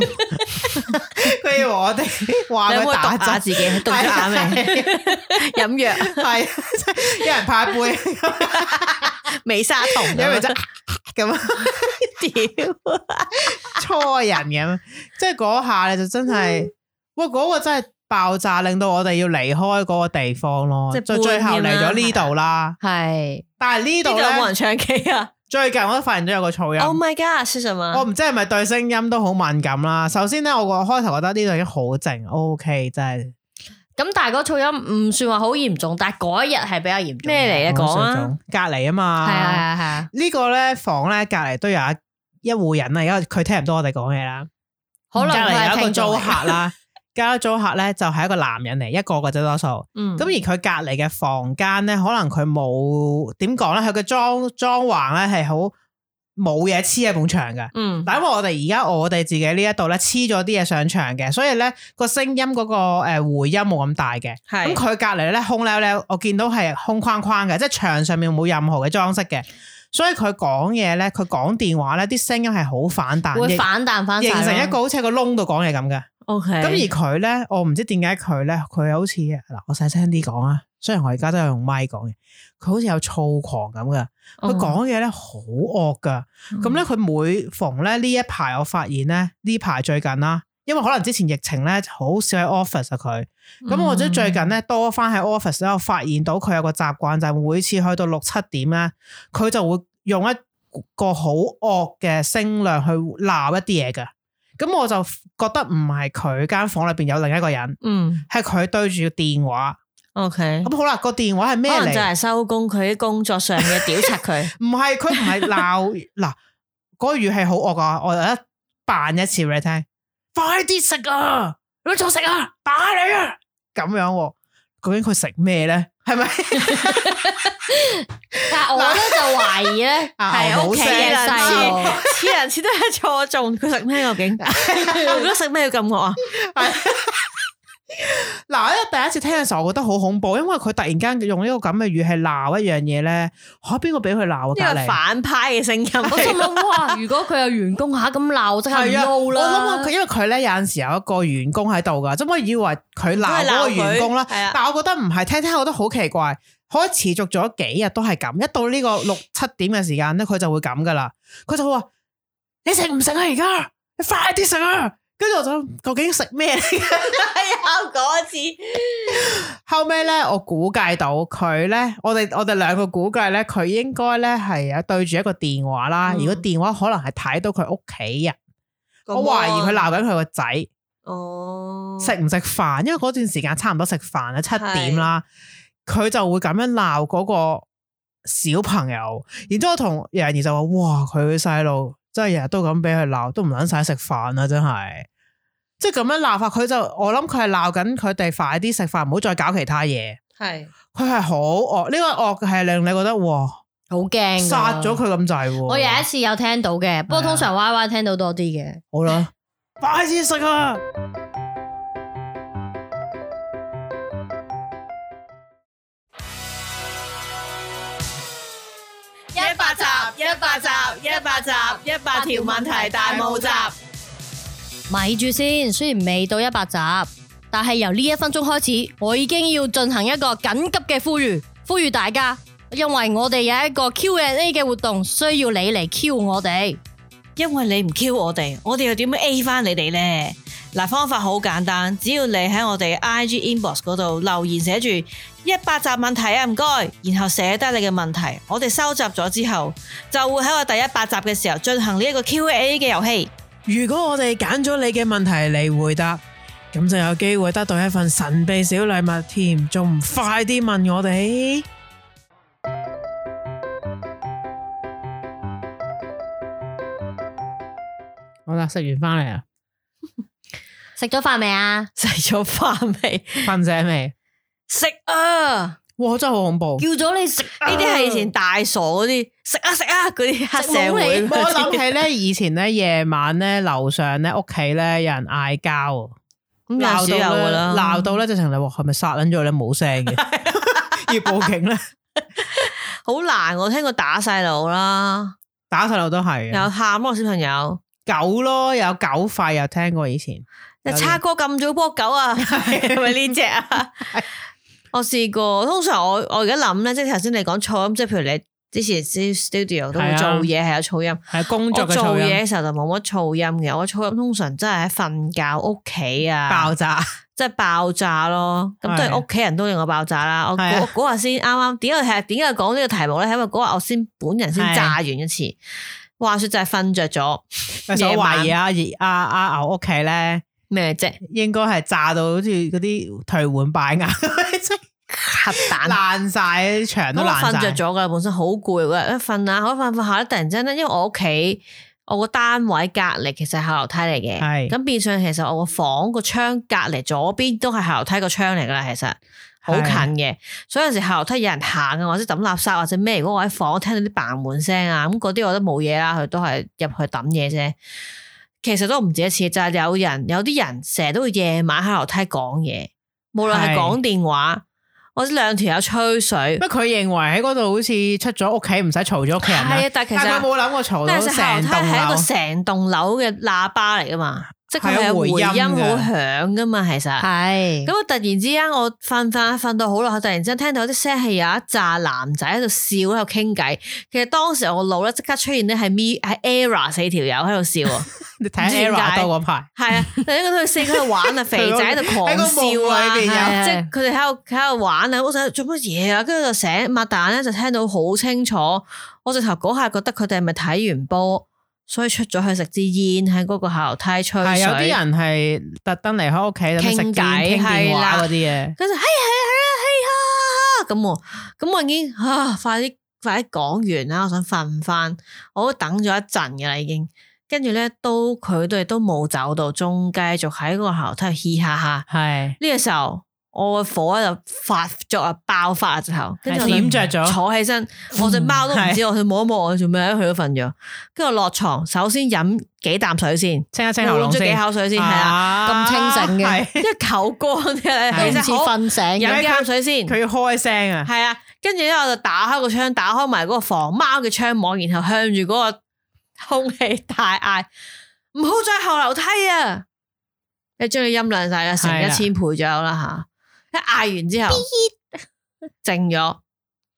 佢以為我哋話
你可唔可
啊佢打
以讀下
針啊
自己，讀咗眼未？飲藥
係啊一人派杯，
美沙酮咁樣，
因為真咁啊
屌，
初人咁，即係嗰下你就真
嗯
係，哇！嗰、個真係爆炸，令到我哋要離開嗰個地方咯。
即
即
係啊
係最後嚟咗呢度啦，
係
但係呢
呢
度
度有冇人
咧，
唱 K 啊
最近我都發現咗有個噪音。
哦
？Oh my god，是什
我
麼？
唔知係咪對聲音都好敏感啦。首先咧，我個開頭覺得呢度已經好靜，OK，真哦係
咁，但係嗰噪音唔算話好嚴重，但係嗰一日係比較嚴重。
咩嚟嘅講啊？
隔離啊嘛，
係啊係啊係啊！
呢個咧房咧隔離都有一一户人啦，而家佢聽唔到我哋講嘢啦。
可能
隔
佢
離
係
有一個
聽眾
租
嚟
客 啦，隔離租客咧就係一個男人嚟，一個嘅啫多數。咁、
嗯
而佢隔離嘅房間咧，可能佢冇點講咧，佢嘅裝裝潢咧係好冇嘢黐喺埲牆嘅。
嗯，
但因為我哋而家我哋自己呢一度咧黐咗啲嘢上牆嘅，所以咧個聲音嗰個誒回音冇咁大嘅。咁
係
佢隔離咧空溜溜，我見到係空框框嘅，即係牆上面冇任何嘅裝飾嘅，所以佢講嘢咧，佢講電話咧，啲聲音係好反彈，
會
形
反彈翻晒咯
形成一個好似喺個窿度講嘢咁嘅。
OK。
咁而佢咧，我唔知點解佢咧，佢好似嗱，我細聲啲講啊，雖然我而家都有用咪講嘅，佢好似有躁狂咁嘅，
嗯
佢講嘢咧好惡㗎。咁咧，佢每逢咧呢一排，我發現咧呢排最近啦，因為可能之前疫情咧好少喺 office 啊佢，咁我
嗯
覺得最近咧多翻喺 office 咧，我發現到佢有個習慣就係、每次去到六七點咧，佢就會用一個好惡嘅聲量去鬧一啲嘢㗎。咁我就覺得唔係佢間房裏邊有另一個人，
嗯
係佢對住個電話。
，OK，
咁好啦，個電話係咩
可能
嚟
就？係收工佢啲工作上嘅屌柒佢。
唔係佢唔係鬧 嗱，嗰個語氣好惡噶，我一扮一次俾你聽，快啲食啊！你仲食啊？打你啊！咁樣喎，究竟佢食咩咧？係 咪
但係我咧就懷疑咧
啊
係屋企嘅細 路，
似人似都係錯中，佢食咩究竟？我覺得食咩要咁惡啊？
嗱？因為第一次聽嘅時候，我覺得好恐怖，因為佢突然間用呢個咁嘅語氣鬧一樣嘢咧，嚇邊個俾佢鬧啊？
呢
隔
個
離
反派嘅聲音，
我 心諗哇，如果佢有員工嚇咁鬧，我即刻唔
係啊，
撈
我諗
啦
佢。因為佢咧有陣時有一個員工喺度噶，即係我以為佢鬧嗰個員工啦，
都係鬧佢係啊
但係我覺得唔係，聽聽我覺得好奇怪，可以持續咗幾日都係咁，一到呢個 六七點嘅時間咧，佢就會咁噶啦，佢就會話：你食唔食啊？而家你快啲食啊！跟住我就諗究竟食 咩嚟嘅？
有啊嗰次，
後尾咧，我估計到佢咧，我哋我哋兩個估計咧，佢應該咧係有啊對住一個電話啦，
嗯
如果電話可能係睇到佢屋企人，我懷疑佢鬧緊佢個仔。
哦，
食唔食飯？因為嗰段時間差唔多食飯啦，七
係
點啦，佢就會咁樣鬧嗰個小朋友。然之後我同楊怡就話：哇，佢細路真係日日都咁俾佢鬧，都唔撚晒食飯啦，真係。即係咁樣鬧法，佢就我諗佢係鬧緊佢哋快啲食飯，唔好再搞其他嘢。
係
佢係好惡，呢、個惡係令你覺得哇，
好驚。啊
殺咗！佢啊咁滯喎。
我有一次有聽到嘅，不過通常 Y Y 聽到多啲嘅。
好啦， 快啲食啊！
一百集，一百集，一百集，一百條問題大募集。
咪住先，雖然未到一百集，但係由呢一分鐘開始，我已經要進行一個緊急嘅呼籲，呼籲大家，因為我哋有一個 Q&A 嘅活動，需要你嚟 Q 我哋。
因為你唔 Q 我哋，我哋又點樣 A 翻你哋呢？嗱，方法好簡單，只要你喺我哋 IG inbox 嗰度留言寫住一百集問題啊，唔該，然後寫低你嘅問題，我哋收集咗之後，就會喺我第一百集嘅時候進行呢一個 Q&A 嘅遊 戲。
如果我哋揀咗你嘅問題嚟回答，咁就有機會得到一份神秘小禮物添，仲唔快啲問我哋？好啦，食完翻嚟啊，
食咗飯未啊？
食咗飯未？
瞓醒未？
食啊！
哇，真係好恐怖！
叫咗你食
呢啲係以前大傻嗰啲食啊食啊嗰啲黑社會
食
我
嗰
諗
啲，
起咧，以前咧夜晚咧樓上咧屋企咧有人嗌交啊，
咁有時有噶啦，
鬧到咧就成日話係咪殺撚咗你冇聲嘅， 要報警 咧，
好難。我聽過打細路啦，
打細路都係嘅
又喊咯小朋友，
狗咯，有狗吠又聽過以前，有啲
叉哥咁早波 狗啊，係咪呢只啊？我試過，通常我我而家諗咧，即係頭先你講噪音，即係譬如你之前 studio 都會
係啊
做嘢係有噪音。
係工
我
作嘅
做
噪
嘢
音
嘅時候就冇乜噪音嘅，我噪音通常真係喺瞓覺、屋企啊、
爆炸，
即係爆炸咯，咁
係
當然屋企人都令我爆炸啦。我
係啊
嗰嗰日先啱啱點解係點解講呢個題目咧？係因為嗰日我先本人先
係
炸完一次，話說就係瞓着咗
有時我
夜晚
懷疑啊，而阿阿牛屋企咧，
咩啫？
應該係炸到好似嗰啲頹垣敗 瓦，即係
核彈
爛晒，啲牆
咁
都
我
爛
瞓着
晒。
咗噶啦，本身好攰嗰日，一瞓啊，我瞓瞓下咧，突然之間咧，因為我屋企我個單位隔離其實係後樓梯嚟
係
嘅，咁變相其實我個房個窗隔離左邊都係後樓梯個窗嚟噶啦，其實好近嘅，所以有時後樓梯有人行啊，或者抌垃圾或者咩，如果我喺房聽到啲嘭門聲啊，咁嗰啲我都冇嘢啦，佢都係入去抌嘢啫。其實都唔止一次，就係、有人有啲人成日都會夜晚喺樓梯講嘢，無論
係
係講電話或者兩條友吹水。
不過佢認為喺嗰度好似出咗屋企，唔使嘈咗屋企人啦
係啊，但係其
但係佢
實
冇諗過嘈
但
到
係其實後樓
成棟樓
梯係一個。成棟樓嘅喇叭嚟噶嘛，即係佢
係
係
有
有
回
回
音
音
嘅
好響噶嘛，其
啊
實。
係
咁我突然之間，我瞓瞓瞓到好耐，突然之間聽到啲聲係有一紮男仔喺度笑，喺度傾偈。其實當時我個腦咧即刻出現咧係 me 係 era 四條友喺度笑啊，
你睇下 Era 多嗰排，
係啊，第一個佢四個喺度玩啊，肥仔喺度狂
喺個
笑
夢
啊
裏。邊
係
有
啊
即係佢哋喺度喺度玩啊！我想做乜嘢啊？跟住就醒擘大眼咧，就聽到好清楚。我直頭嗰下覺得啊佢哋係咪睇完波，所以出咗去食支煙喺嗰個後樓梯吹
係
水。
有啲人係特登離開屋企，咁食偈傾
傾偈
電
係啦
話嗰啲嘢。
跟住係係係啊係啊咁喎，咁我已經啊快啲快啲講完啦，我想瞓翻，我都等咗一陣嘅啦已經。跟住咧，都佢哋都冇走到，仲繼續喺個後樓梯度嘻哈哈。
係
呢個時候，我個火就發作啊，爆發啊，直頭，跟住我就
點着咗，
坐起身，我隻貓都唔知，我去摸一摸我做咩，佢都瞓咗。跟住我落床，首先飲幾啖水先，
清一清喉
飲
嚨
咗幾
先。啊
口水先，係啦，
咁清醒嘅
係
一口乾
都
嘅，其
唔似
實好
瞓醒
飲
嘅
幾口水先，
佢要開聲 啊，
係啊。跟住咧，我就打開個窗，打開埋嗰個防貓嘅窗網，然後向住嗰個空氣大嗌：唔好再後樓梯啊！你將佢音量晒啦，成
係
一
啦
千倍左右啦吓。一嗌完之後，靜咗，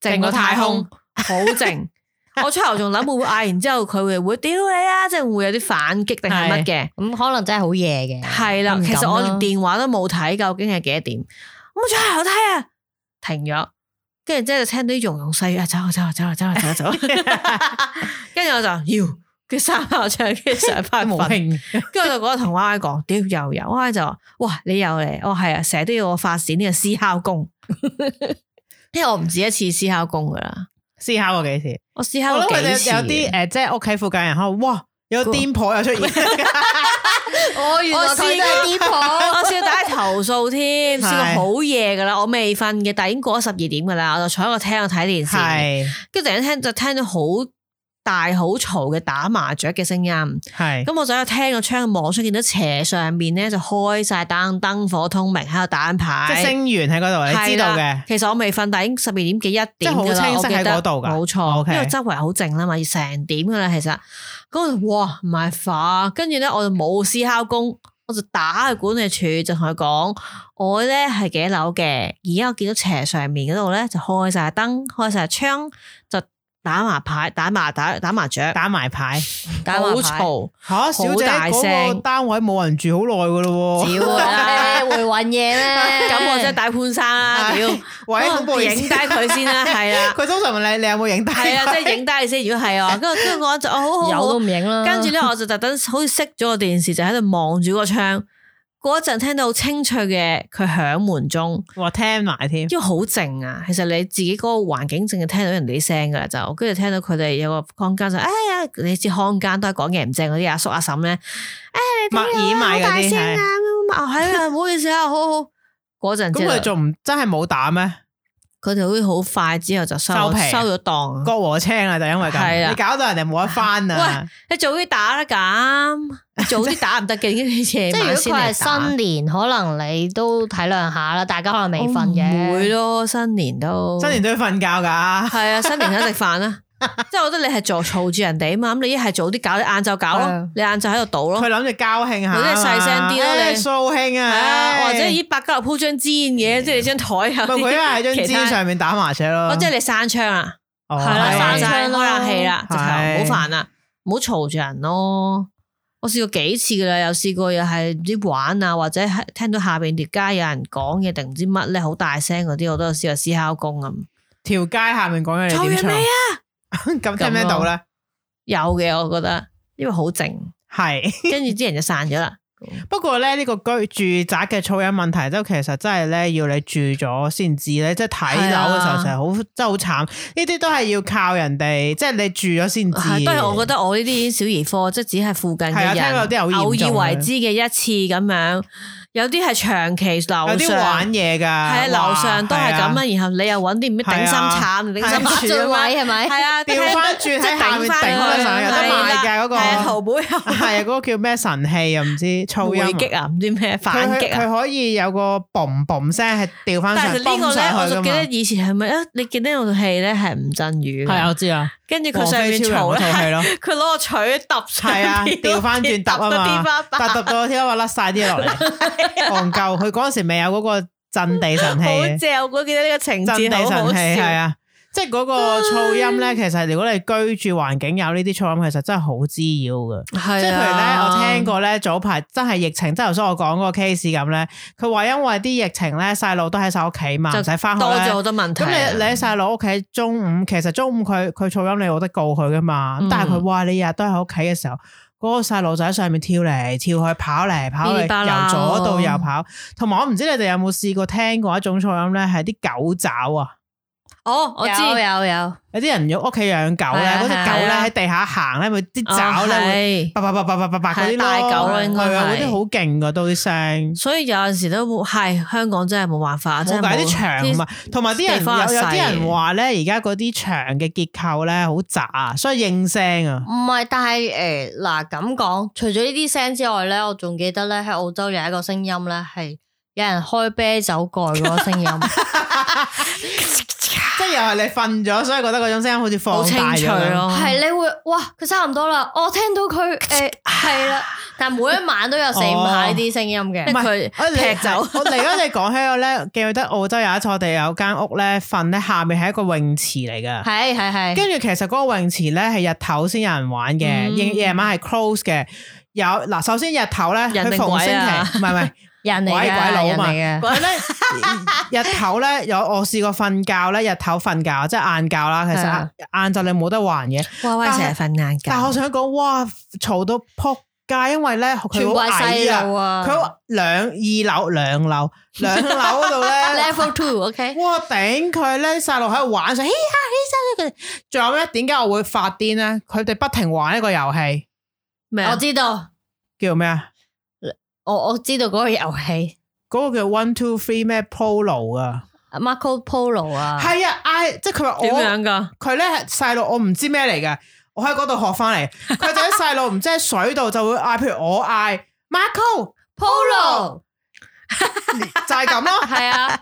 靜個太空，好 靜。我出頭仲諗會唔會嗌完之後佢會會屌你啊，即係會有啲反擊定係乜嘅？
咁可能真係好夜嘅。嗯
係啦，
唔敢
其實我連
啦
電話都冇睇，究竟係幾多點？我冇出後樓梯啊，停咗。跟住之後就聽到啲融融細語啊，走啊走啊走啊走啊走啊走啊， 跟住我就要，跟住三下我唱，跟住上
都
翻
冇
瞓。
興。
跟住我就嗰日同 Y Y 講，屌又有，Y Y 就話：哇，你又嚟，我係啊，成日都要我發展呢個思 考功，因為我唔止一次思考功噶啦，
思考過幾次？
我思
我
考
諗
過
佢哋呃
幾次。
有啲誒，即係屋企附近人可能哇，有個癲婆又出現，
我原來佢
我試
都係啲婆，
我試過打去投訴添，試
係
過好夜噶啦，我未瞓嘅，但已經過咗十二點噶啦，我就坐喺個廳度睇電視，
系
跟住突然間聽就聽到好大好嘈嘅打麻雀嘅聲音。
系
咁我就喺廳個窗望出，見到斜上面咧就開晒燈，燈火通明喺度打緊牌。
即系星源喺嗰度，你知道
係
嘅
啦。其實我未瞓，但已經十二點幾一點
係好
㗎啦
清晰
我記得
喺嗰度㗎
冇
OK
錯，因為周圍好靜啦嘛，要成點噶啦，其實咁我就哇唔係化，跟住咧我就冇思考工，我就打去管理處就同佢講，我咧係幾樓嘅，而家我見到斜上面嗰度咧就開晒燈，開晒窗，就打麻牌、打麻打打麻雀，
打埋牌，
打
好
麻牌
嘈。
吓小姐
大
嗰個
聲
單位冇人住好耐噶咯喎，
屌啊 啦，會揾嘢咧，
咁我真 係大潘生 啦，屌！
喂，
咁
恐怖
我影低佢先 啦，係啦。
佢通常問你你有冇 影低？
系啊，即系影低你先。如果 係啊，跟住跟住我就哦好好
有
好
都，唔影啦，
跟住咧我就特登好似熄咗個電視，就喺度望住個窗。嗰一陣聽到好清脆嘅佢響門鐘，
哇，聽埋添，
因為好靜啊。其實你自己嗰個環境淨係聽到人哋啲聲噶啦，就跟住聽到佢哋有個看更就哎呀，你知看更都係講嘢唔正嗰啲阿叔阿嬸咧，哎
默
呀你
耳埋
好
嗰
大
啲
聲啊，
係。
咁啊係啊，唔好意思啊，好好嗰陣
咁佢
之後，
仲唔真係冇打咩？
哦佢哋好似好快之後就收
收皮
收咗檔啊。
割和青啊，就因為
係
咁，
啊
你搞到人哋冇得翻啊！
你早啲打啦咁， 你早啲打唔得嘅，已經夜
即係如
晚
果
先
佢係
嚟打
新。年，可能你都體諒下啦，大家可能未瞓
哦我唔會
嘅，
咯，新年都
新年都要瞓覺㗎，
係啊，新年都食飯 啦。即係我覺得你係做嘈住人哋啊嘛，咁你一係早啲搞，你晏晝搞
係
咯
啊，
你晏晝喺度賭
佢
咯，
諗住交興下啊嘛，
或者細聲啲咯
唉
你
掃興
係
啊，
啊，
唉
或者咦白家樓鋪張氈嘅，即係你張台有
唔係佢
啲
因為喺張
其他
啊
氈上面打麻雀咯，
哦，即係你閂窗啊，
哦
係啦，
係
閂
閂
晒
窗
開
咯
冷氣啦，直頭
係
唔好煩啦，唔好嘈住人咯。我試過幾次噶啦，有試過又係唔知玩啊，或者係聽到下邊條街有人講嘢定唔知乜咧，好大聲嗰啲，我都有試過思考工咁。
條街下面講緊
嘈
你點
人
唱
未，啊？
咁聽唔聽到咧？
有嘅，我覺得，因為好 靜，
係。
跟住啲人就散咗啦。
不過咧，呢、個居住宅嘅噪音問題，都其實真係咧，要你住咗先知咧，即係睇樓嘅時候
係啊
成日好真係好慘。呢啲都係要靠人哋，即係你住咗先知。
啊係，當然我覺得我呢啲已經小兒科，即係只係附近
係啊
嘅
聽過有啲人好
人偶
嚴重啊
爾為
嘅
之嘅一次咁樣，有啲係長期樓
有啲
上
玩嘢㗎，係
系啊樓上都係
啊
咁啊啦，然後你又揾啲唔知頂心慘、頂心
馬
柱
俊
咁
偉係咪？
係啊，
調翻轉喺下面頂翻上有得賣㗎嗰個
係啊，淘寶有
係啊，嗰個叫咩神器又唔知噪
回
音
擊啊，唔知咩
啊，
反擊
佢佢
啊。
佢可以有個嘣嘣聲係掉翻上，
但係呢個
崩
咧，我
上去
就
㗎
記得
嘛。
以前係咪啊？你記得有套戲咧係吳鎮宇嘅，，
我知啊，
跟住佢
黃
上
飛
面
超人
嘈
嗰套戲
咧，
咯，
佢攞個錘揼上
係啊，
邊
掉翻轉揼啊
個天
嘛
花，
但
板
揼到天花板甩晒啲落 嚟，戇鳩。佢嗰陣時未有嗰個震地神器
好。正，我記得呢個情
真地
節好好
神
笑，
器係啊！即係嗰個噪音咧，其實如果你居住環境有呢啲噪音，其實真係好滋擾嘅。
係
即係譬如咧，
啊
我聽過咧早排真係疫情，即係頭先我講嗰個 case 咁咧，佢話因為啲疫情咧，細路都喺晒屋企嘛，
就
唔使翻學
多咗
咧
好。多問題
咁
啊。
你你喺細佬屋企中午，其實中午佢佢噪音你冇得告佢噶嘛，
嗯
但係佢話你日日都喺屋企嘅時候，嗰、個細路仔喺上面跳嚟跳去，跑嚟跑去，
噼里啪啦
由左到右跑。同埋我唔知你哋有冇試過聽過一種噪音咧，係啲狗爪啊。
哦，我知
有有有，
有啲人屋企養狗咧，
係啊
嗰只
係啊
狗咧
係啊啊
喺地下行咧，咪啲
哦
爪咧會
咧
叭叭叭叭叭叭叭嗰啲
係大狗
咯
咯應該
係啊，嗰
係
啲好勁噶，都啲聲。
所以有陣時都係香港真係冇辦法，
冇
真
解
係
啲牆啊嘛，同埋啲人
地方又
有有啲
細
人話咧，而家嗰啲牆嘅結構咧好窄啊，所以應聲啊。
唔係，但係诶嗱咁講，除咗呢啲聲之外咧，我仲記得咧喺澳洲有一個聲音咧係有人開啤酒蓋嗰個聲音，
即係又係你瞓咗，所以覺得嗰種聲音好似
好
放
清
大
脆
咗咁。
咯，
係你會哇佢差唔多啦，我聽到 佢诶係啦，但每一晚都有四五下呢啲聲音嘅
即。係佢
哦啊你
劈走。
我嚟緊你講起我 咧，記得澳洲有一次我哋有間屋咧瞓咧，下面係一個泳池嚟㗎。
係係係，
跟住其實嗰個泳池咧係日頭先有人玩嘅，
嗯
夜夜晚係 close 嘅。有嗱，首先日頭咧，
人
佢
定
逢星
鬼啊
期唔係唔 係
人
鬼
嚟
鬼
嘅，
佬啊
人
嘛。
嚟嘅，
佢 咧日頭咧有我試過瞓覺咧，日頭瞓覺即係晏覺啦。其實
係啊
晏晝你冇得還嘅，
威威
但
成日
係
瞓晏覺，
但係我想講，哇，嘈到撲街，因為咧佢
全
好
怪
矮
細
啊，
路啊，
佢兩二樓兩樓兩樓嗰度 咧。
啊 level two，OK，
哇！頂佢咧，細路喺度玩上，嘻哈嘻哈佢。仲有咧，點解我會發癲咧？佢哋不停玩一個遊戲
咩啊
我知道
叫咩啊？
我我知道嗰個遊戲
嗰個叫 One Two Three 咩 Polo 啊，
Marco Polo 啊，
係啊，嗌即係佢話
點
我
樣噶？
佢咧細路，我唔知咩嚟嘅，我喺嗰度學翻嚟。佢就喺細路唔知喺水度就會嗌，譬如我嗌 Marco，
Polo
就係咁咯。
係啊，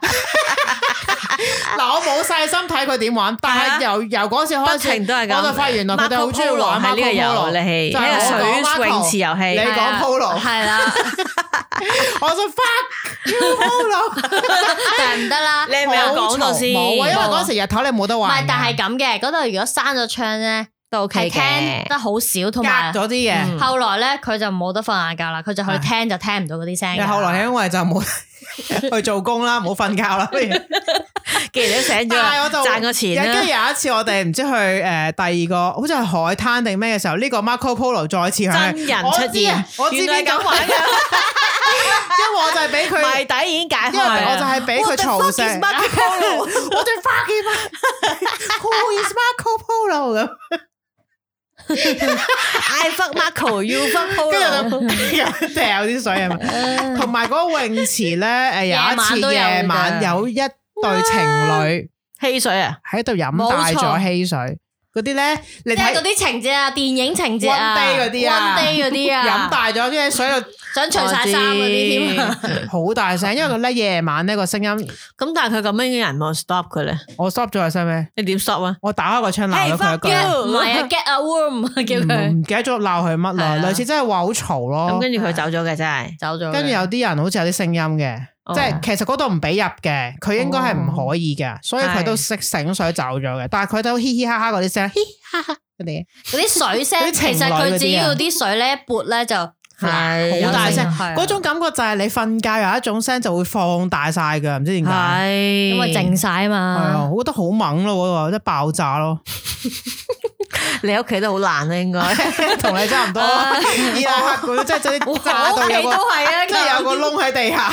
嗱，我冇細心睇佢點玩，但係
係啊
由由嗰次
不
開
停
始，
都係咁。啊
我就發現原啊來佢哋好中意玩
係
Marco
呢個
Polo 啊
遊戲，
就
呢
係我講
個
Marco，
水泳池 遊
你
戲。
講 Polo，
係 啦，
我就 fuck you Polo。
但係唔得啦。
啊
你係咪有
好
講到
嘈
先？哦
冇啊，因為嗰時日頭你冇得
唔
玩
係
㗎。，
但係咁嘅，嗰度如果閂咗窗咧，
都
係
OK
聽
嘅
得。好少，同埋
隔咗啲嘢。
嗯
後來咧佢就冇得瞓晏覺啦，佢就去聽就聽唔到嗰啲聲㗎
你
啦。
後來係因為就冇 去做工啦，冇瞓覺啦，不如。
既然都醒咗
但係
啦，
我就
賺個錢
跟住
啦。
有一次我哋唔知去誒第二個，好似係海灘定咩嘅時候，呢個 Marco Polo 再次響
真人出現
我知啊我知
原來
邊
係咁
咁玩
玩
嘅，因 為我就係俾
謎
佢。
底已經解
因為
開，
我就係俾佢嘈醒，
What the fuck is Marco Polo？
我哋花幾百，Who is Marco Polo 咁？
I fuck Marco, you fuck
跟
Polo。
住就 掉啲水啊嘛。同埋嗰個泳池咧，誒有一
夜晚都
次
有㗎
夜晚有一對情侶
汽水啊，
喺度飲大咗汽水，嗰啲咧你
即係嗰
睇
啲情節啊，電影情節啊
One day 嗰啲啊
One day 嗰啲啊，
飲大咗啲水 度。
想除晒衫嗰啲添啊。
好大聲，因為佢咧夜晚咧個聲音，
咁但係佢咁樣嘅人冇 stop 佢咧，
我 stop 咗個聲咩？
你點 stop 啊？
我打開個窗鬧咗佢一
Hey,
句嗯
fuck you！
唔係啊，get a room 叫
唔，
佢
唔記得咗鬧佢乜啦
係，啊
類似真係話好嘈
咁
咯。
跟住佢走咗嘅真係，
走咗嘅。
跟住有啲人好似有啲聲音嘅，
哦
即係其實嗰度唔俾入嘅，佢應該係唔可以
哦
嘅，所以佢都識醒水走咗嘅。但係佢都嘻嘻哈哈嗰啲聲，嘻嘻哈哈嗰啲
嗰啲
嗰啲
水聲，
情侶
其實佢只
嗰啲啊
要啲水咧一撥咧就
係
好大聲，
係啊
嗰種感覺就係你瞓覺有一種聲就會放大晒㗎，唔知點解。
啊
係
係
因為靜
啊，
晒啊嘛。
我覺得好猛咯，嗰個即係爆炸咯，
你屋企都好難啦，應該
同你差唔多。
啊
伊拉克嗰啲即係真係炸到有個。
係啊
即係有個窿喺地下，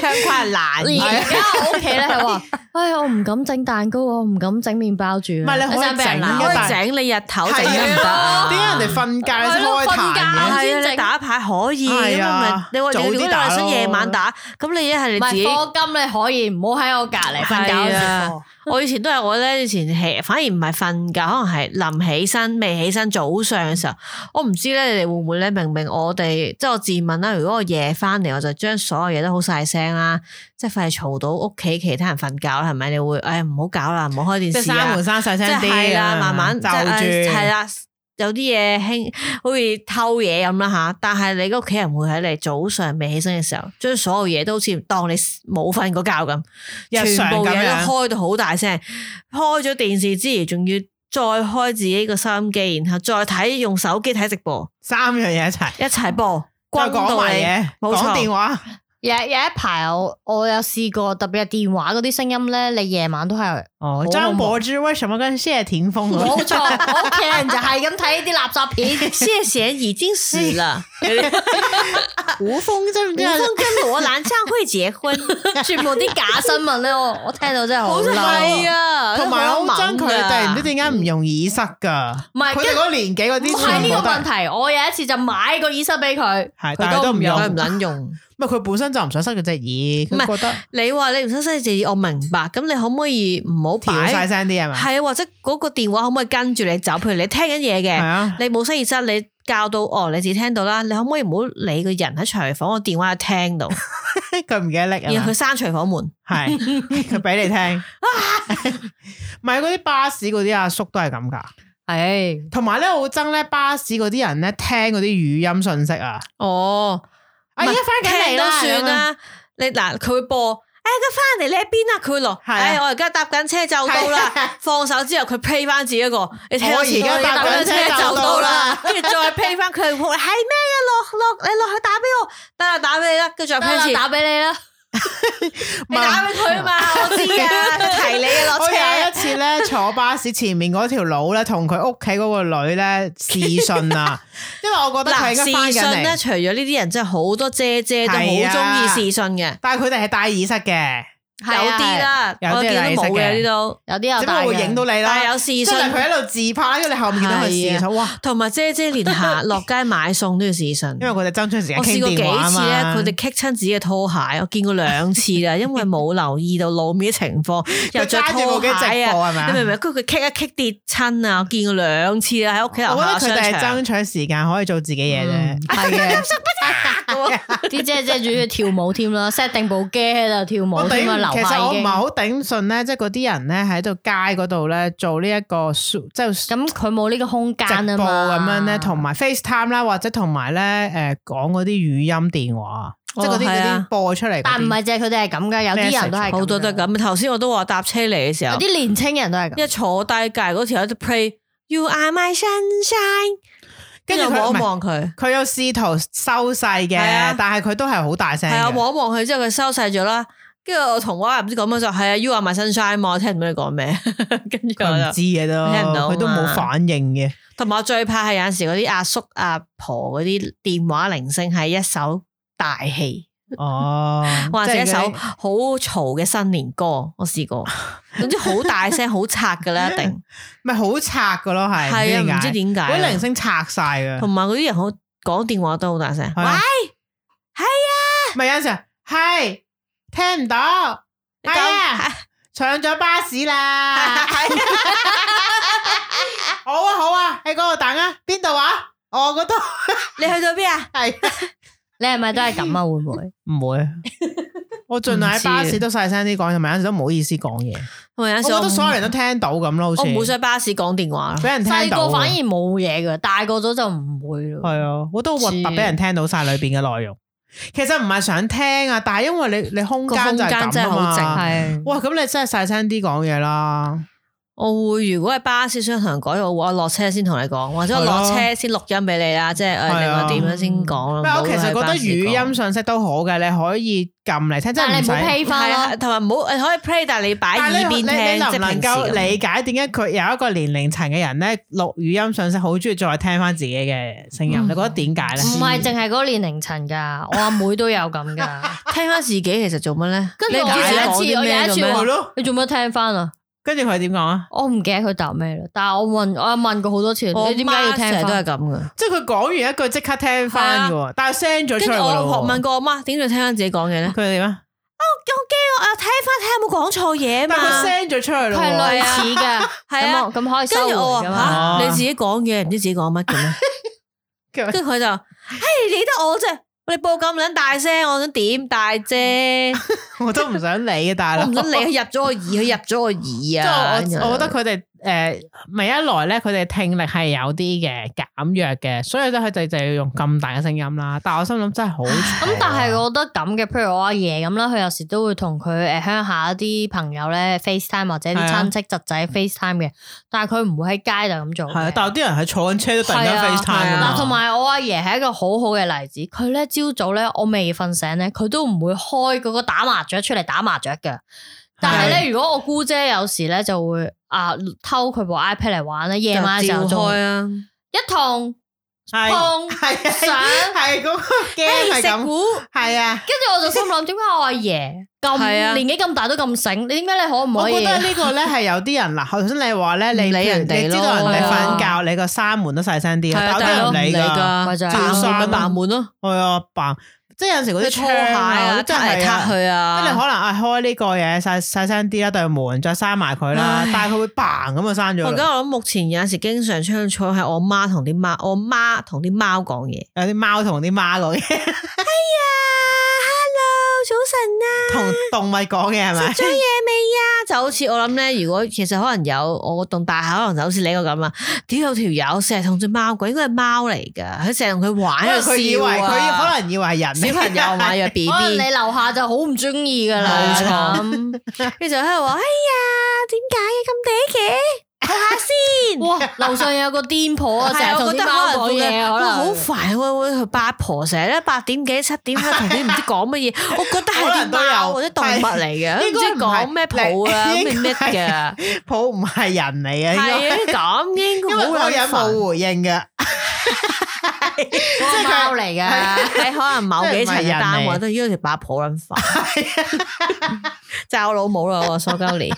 窗框係難
而
嘅。
而家我屋企咧係 話， 唉，我唔敢整蛋糕，我唔敢整麵包住啊。
唔係你可以
一陣俾人
整
鬧
嘅
開
但
井你日頭整都唔得啊！
點解人哋瞓覺先開壇
係
嘅？
咯
係
先
啊，
整
你打牌可以，咁
係啊
咪你話
早啲
如果你
打
話
咯
想夜晚打，咁你一係
唔
你自己
係課金你可以唔好喺我隔離瞓覺
係
嗰時
啊
課。
我以前都係我咧，以前係反而唔係瞓覺，可能係臨起身、未起身、早上嘅時候，我唔知咧，你哋會唔會咧？明明我哋即係我自問啦，如果我夜翻嚟，我就將所有嘢都好細聲啦，即係費事嘈到屋企其他人瞓覺啦，係咪？你會唉唔好搞啦，唔好開
即
電
係
視
閂
啊
門，閂細
即
聲啲，啊
係啦，慢慢
就
即係呃
住
係。啦。有啲嘢輕，好似偷嘢咁啦吓，但係你個屋企人會喺你早上未起身嘅時候，將所有嘢都好似當你冇瞓過覺咁。
日
全
常
部
咁
嘢
樣
都開到好大聲，開咗電視之餘，仲要再開自己個收音機，然後再睇用手機睇直播，
三樣嘢一齊，
一齊播，
嗯再
轟
講
到
埋
你
嘢，
冇錯
講電話，
有有一排我我有試過，特別係電話嗰啲聲音咧，你夜晚都係。
哦，
好
張柏芝為什麼跟謝霆鋒嗰
冇 錯，我屋企人就係咁睇呢啲垃 圾片。
謝謝已經死了，
古風真唔
我跟羅蘭昌會結婚，
全部啲假新聞咧，我我聽到真係好
係
嬲。
啊，
同埋我好憎佢哋，唔知
啲
點解唔用耳塞㗎。
唔係
佢哋嗰個年紀嗰
唔
啲
係呢
全部
個
都
問
係，
題，我有一次就買個耳塞俾佢，
係但
佢
係
都
都唔
唔用，
用
佢唔。撚用。
唔係佢本身就唔想塞佢隻耳，佢覺得
你話你唔使細字，我明白。咁你可唔可以唔好
調晒
擺？
聲啲係咪？
係啊，或者嗰個電話可唔可以跟住你走？譬如你聽緊嘢嘅
係。啊。
你冇聲意質，你教到哦，你自己聽到啦。你可唔可以唔好理個人喺廚房個電話聽到，
佢唔記得拎啊
然後
嘛
佢，閂廚房門，
係 佢俾你聽，唔係嗰啲巴士嗰啲阿叔都係咁㗎。
係
同埋咧，我好憎咧巴士嗰啲人咧聽嗰啲語音信息啊！
哦，
啊，而家翻緊嚟
都
啦，
算啦。你嗱，佢會播，哎，佢翻嚟你喺邊啊？佢會落，
係啊
哎，我而家搭緊車就到啦。放手之後，佢 play 翻自己一個，你聽多次
我而家搭緊車就到啦，
跟住再 play 翻佢，係咩啊？落落，你落去打俾我，得啦，打俾你啦，跟住再
得
play 一
啦
次，
打俾你啦，
唔
你
係
打俾佢啊嘛，我知 啊，佢提你啊，落
我
車。
有一次咧坐巴士前面嗰條佬咧，同佢屋企嗰個女咧視訊 啊，因為我覺得佢
嗱，
應該翻
視訊
緊
咧，
嚟，
除咗呢啲人，真係好多姐姐都好中
係啊
意視訊嘅。
但係佢哋係戴耳塞嘅，啊
有啲啦，
有啲
我見到冇嘅有啲都，
有啲有
只不過
戴
會影到
嘅，
你啦。
但係有視
即
訊
係佢喺度自拍，跟住你後面見到佢
係啊
視訊，哇！
同埋姐姐連 下落街買餸都要視訊。
因為佢哋爭取時間
我
傾
試過幾
電話啊
次咧，
嘛。
佢哋棘親自己嘅拖鞋，我見過兩次 啦，因為冇留意到路面嘅情況，又着
揸住
拖
部機
鞋
直播係
啊，
咪啊
你明唔明？跟住佢棘一棘跌親啊，我見過兩次啦，喺屋企樓
我
下
覺得佢
商
哋係
場。
爭取時間可以做自己嘢啫 啊
嗯。係嘅。啲姐姐主要跳舞添啦，set 定部機喺度跳
我
舞
頂
添啊，
唔，
留
其
下
實我
已
唔
經
係。好頂順咧，即係嗰啲人咧喺度街嗰度咧做呢一個 show- 即係
咁佢冇呢個空間
直
啊
播
嘛，
咁樣咧，同埋 FaceTime 啦，或者同埋咧誒講嗰啲語音電話，即係嗰啲
哦係
嗰
啊
啲播出嚟嗰啲。
但唔係淨係佢哋係咁噶，有啲人都係
好多都係
係，
咁。頭先我都話搭車嚟嘅時
有
候，
啲年青人都係
一
咁。
坐低隔離嗰條友就 play You Are My Sunshine，
跟
跟
住
住
佢
望
唔
一
係
望佢，
佢有試圖收細嘅
係啊，
但係佢都係好大聲
係啊，
嘅。
望一望佢之後佢收細咗啦。跟住我同我阿唔知講乜就係啊，You Are My Sunshine 嘛，我聽唔到你講咩， 跟住
佢
我
唔
就
知。嘅都，
聽唔到啊嘛
佢都冇反應嘅。
同埋我最怕係有阵时嗰啲阿叔阿婆嗰啲電話鈴聲係一首大戲，
哦，
或者
即係
一首
嗰啲
好嘈嘅新年歌，我試 過，總之好大聲好拆㗎啦，一定
咪好拆嘅咯，係
係啊，唔知點解
嗰啲
啊。
鈴聲拆晒嘅。
同埋嗰啲人好講電話都好大聲，
係啊
喂，
咪有陣時係聽唔到，係 啊，上咗巴士啦。好啊好啊，喺嗰度等啊，邊度啊？我嗰度
你去到邊啊？
係
你係咪都係咁啊？會唔會？
唔會。 我盡量喺巴士都細聲啲講，同埋有陣時都唔好意思講嘢。
同埋有
我
陣時
覺
我
得
唔
所有人都聽到咁咯，好似
我唔會上巴士講電話
俾
咯。
人聽
細
到
個
啊。
反而冇嘢噶，大個咗就唔會咯。
係啊，我都好核突
知
俾人聽到晒裏邊嘅內容。其實唔係想聽啊，但係因為你你空
個
間
空
就係
間真
咁
係
啊
好靜
嘛。
係
哇，咁你真係細聲啲講嘢啦。
我會如果係巴士商場改，我會我落車先同你講，或者我落
係
車先錄音俾你啦，即
係
係誒
啊
另外點樣先講
咩？
啦。
我其實覺得語音信息都好嘅，你可以撳嚟聽，即
但係
係唔
你唔好
使。
批
係
翻
啊，
咯。
同埋唔好你可以 play，但係你擺耳
但係
邊
你
聽，
你你能
即
唔
係
能
平時
夠
咁
理解點解佢有一個年齡層嘅人咧錄語音信息好中意再聽翻自己嘅聲音？
嗯
你覺得點解咧？
唔係淨係嗰個年齡層㗎，我阿妹都有咁㗎。
聽翻自己其實做乜咧？
跟住
你唔
我
知自己講
有一次
啲
我
咩
有一次
咁樣
話
係咯，
你做乜聽翻啊？
跟住佢點講啊？
我唔記得佢答咩啦，但係我問我問過好多次，
我
你點解要聽
媽成日都
翻？
係咁嘅。
即係佢講完一句即刻聽翻嘅喎，但係 send 咗
啊跟
出
住
去㗎
我學
咯
問
喎。
過我媽，點解聽翻自己講嘢咧？
佢點啊？
我我睇翻睇下有冇講錯嘢
但係佢
嘛。
send 咗出去咯
係
喎。
類似嘅，
係啊
咁我咁可以
跟
收
住我
回㗎嘛？
話
哦
吓，你自己講嘢唔知自己講乜嘅咩？
跟住
跟住佢就，唉，理得我啫。你報咁撚大聲，我想點大啫？
我都唔想理嘅大佬。
我唔想理佢入咗我耳，佢入咗我耳啊！
即係我，我覺得佢哋誒，咪一來咧，佢哋聽力係有啲嘅減弱嘅，所以咧佢哋就要用咁大嘅聲音啦。但係我心諗真係好啊嘈
咁但係我覺得咁嘅，譬如我阿爺咁啦，佢有時都會同佢誒鄉下啲朋友咧 FaceTime 或者啲
係啊
親戚侄仔 FaceTime 嘅，但係佢唔會喺街就咁做嘅。
係啊，但係有啲人係坐緊車都突然間
係啊
FaceTime
係啊
啊
嗱，同埋我阿爺係一個好好嘅例子，佢咧朝早咧，我未瞓醒咧，佢都唔會開嗰個打麻雀出嚟打麻雀嘅。但係咧，如果我姑姐有時咧就會啊偷佢部 iPad 嚟玩咧，夜晚嘅時候
就
就
照開
會
啊，
一痛
係
碰
係
上，
係嗰個 game 係咁，係啊。
跟住我就心諗，點解我阿爺
係啊
咁年紀咁大都咁醒？你點解你可唔
我
可
覺
以？啊
得呢個咧係有啲人嗱，頭先你話咧，你
唔理
譬如
人哋
你知道人
咯
哋
係啊
瞓覺，你個閂門都細聲啲，
係
但
啊，
有
但係
啲
我
人
唔
唔
理
理㗎，
㗎，
咪就係
照
散
散
啊
扮滿咯，
係啊，扮即係有時嗰啲
啲拖
窗
鞋
啊
啊，，
真
踢嚟
係啊
踢去啊，
即係你可能啊開呢個嘢細細聲啲啦，對門再閂埋佢啦
唉，
但係佢會 bang 咁就閂
我
咗
而家
啦。
我諗目前有陣時經常出去坐係我媽同啲貓，我媽同啲貓講嘢。
有啲貓同啲 貓講嘢，
啊，hello，早晨啊，
同動物講嘢係咪？
追嘢未啊？就好似我諗咧，如果其實可能有我棟大廈，可能就好似你個咁啦。屌有條友成日同只貓鬼，應該係貓嚟噶，佢成日同佢玩
因為佢以為
喺度笑啊
佢可能以為係人
小朋友嘛，約 B
可能
B，
你樓下就好唔中意噶啦，
冇錯
咁
跟住就喺度話：哎呀，點解咁嗲嘅？
哇， 樓上有個癲婆啊，成日
係
同
我覺
啲
得
貓講嘢，可
哇
能
好煩喎！佢八婆成日咧八點幾七點喺度同啲唔知講乜嘢，我覺得係
可
啲
能都有
貓或者動物嚟嘅，
係
唔知講咩抱啊，咩
應該唔係
咩嘅，
抱唔係哎人嚟嘅，應該
係啊咁應該
因為嗰個人
好撚煩
冇回應嘅。
即係
啊
啊貓嚟㗎。
喺可能某幾層
即係唔係人
嘅
嚟
單位都要條把抱撚煩， 就係我老母啦，我蘇鳩年。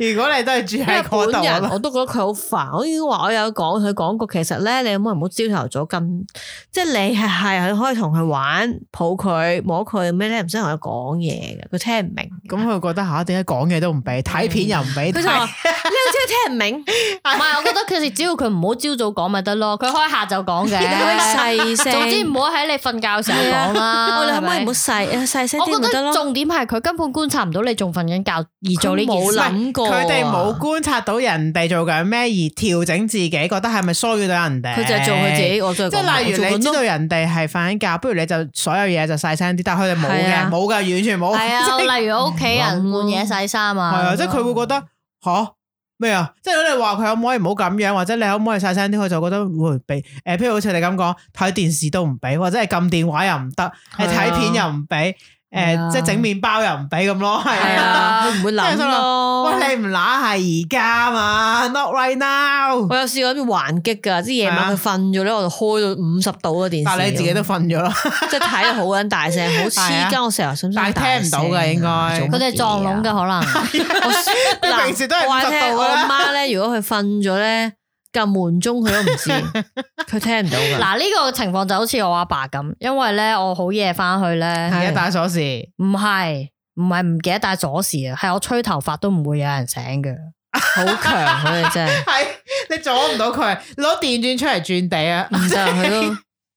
如果你都係住
因
喺
為
嗰度
本
啊
人
嘛，
我都覺得佢好煩，我已經話我有講佢講過，其實咧你有冇唔好朝頭早咁，即係你係係可以同佢玩，抱佢摸佢咩咧，唔使同佢講嘢嘅，佢聽唔明。
咁佢覺得吓點解講嘢都唔俾，睇片又唔俾
佢就話
睇，
你好似聽唔明，
唔係，我覺得佢哋只要佢唔好朝早講咪得咯，佢開下晝 講
你可以
嘅。
細聲。
總之唔好喺你瞓覺時候講啦。
啊
啊
我哋可唔可
係
以
咪
唔好細細聲
我
啲咪
覺
得
得
咯？
重點係佢根本觀察唔到你仲瞓緊覺而做呢件
冇
事。
諗過啊，
佢哋冇觀察到人哋做緊咩而調整自己，覺得係咪騷擾到人哋？
佢就係做佢自己，我再
即係例如你知道人哋係瞓緊覺，不如你就所有嘢就細聲啲，但係佢哋冇
係
嘅，
啊
冇嘅，完全冇。
係啊，
即係
例如屋企人換嘢洗衫
係
啊，
啊，即係佢會覺得吓咩啊？即係如果你話佢可唔可以唔好咁樣，或者你可唔可以細聲啲，佢就覺得會俾誒，譬如好似你咁講，睇電視都唔俾，或者係撳電話又唔得，誒
係啊
睇片又唔俾，誒
係啊
即係整麵包又唔俾咁咯，係
係啊，哦佢唔會諗
即係心
咯。
喂，你唔乸係而家嘛？Not right now。
我有試過啲還擊㗎，即係夜晚佢瞓咗咧，我就開到五十度嘅電視。
啊但係你自己都瞓咗啦，
即係睇得好撚大聲， 好黐
係啊
筋，我成日想啊
但係聽唔到㗎應該
佢哋撞聾嘅可能。
嘅
你平時都係
我話
五十
聽
度
我
㗎啦
阿媽咧，如果佢瞓咗咧，撳門鐘佢都唔 知，佢聽唔到㗎。
嗱呢個情況就好似我阿爸咁，因為咧我好夜翻去
唔記
咧，
得帶鎖匙。
唔係唔係唔記得帶鎖匙啊，係我吹頭髮都唔會有人醒嘅。
好強啊佢哋真係，
係你阻唔到佢，攞電鑽出嚟轉地啊！
唔得佢都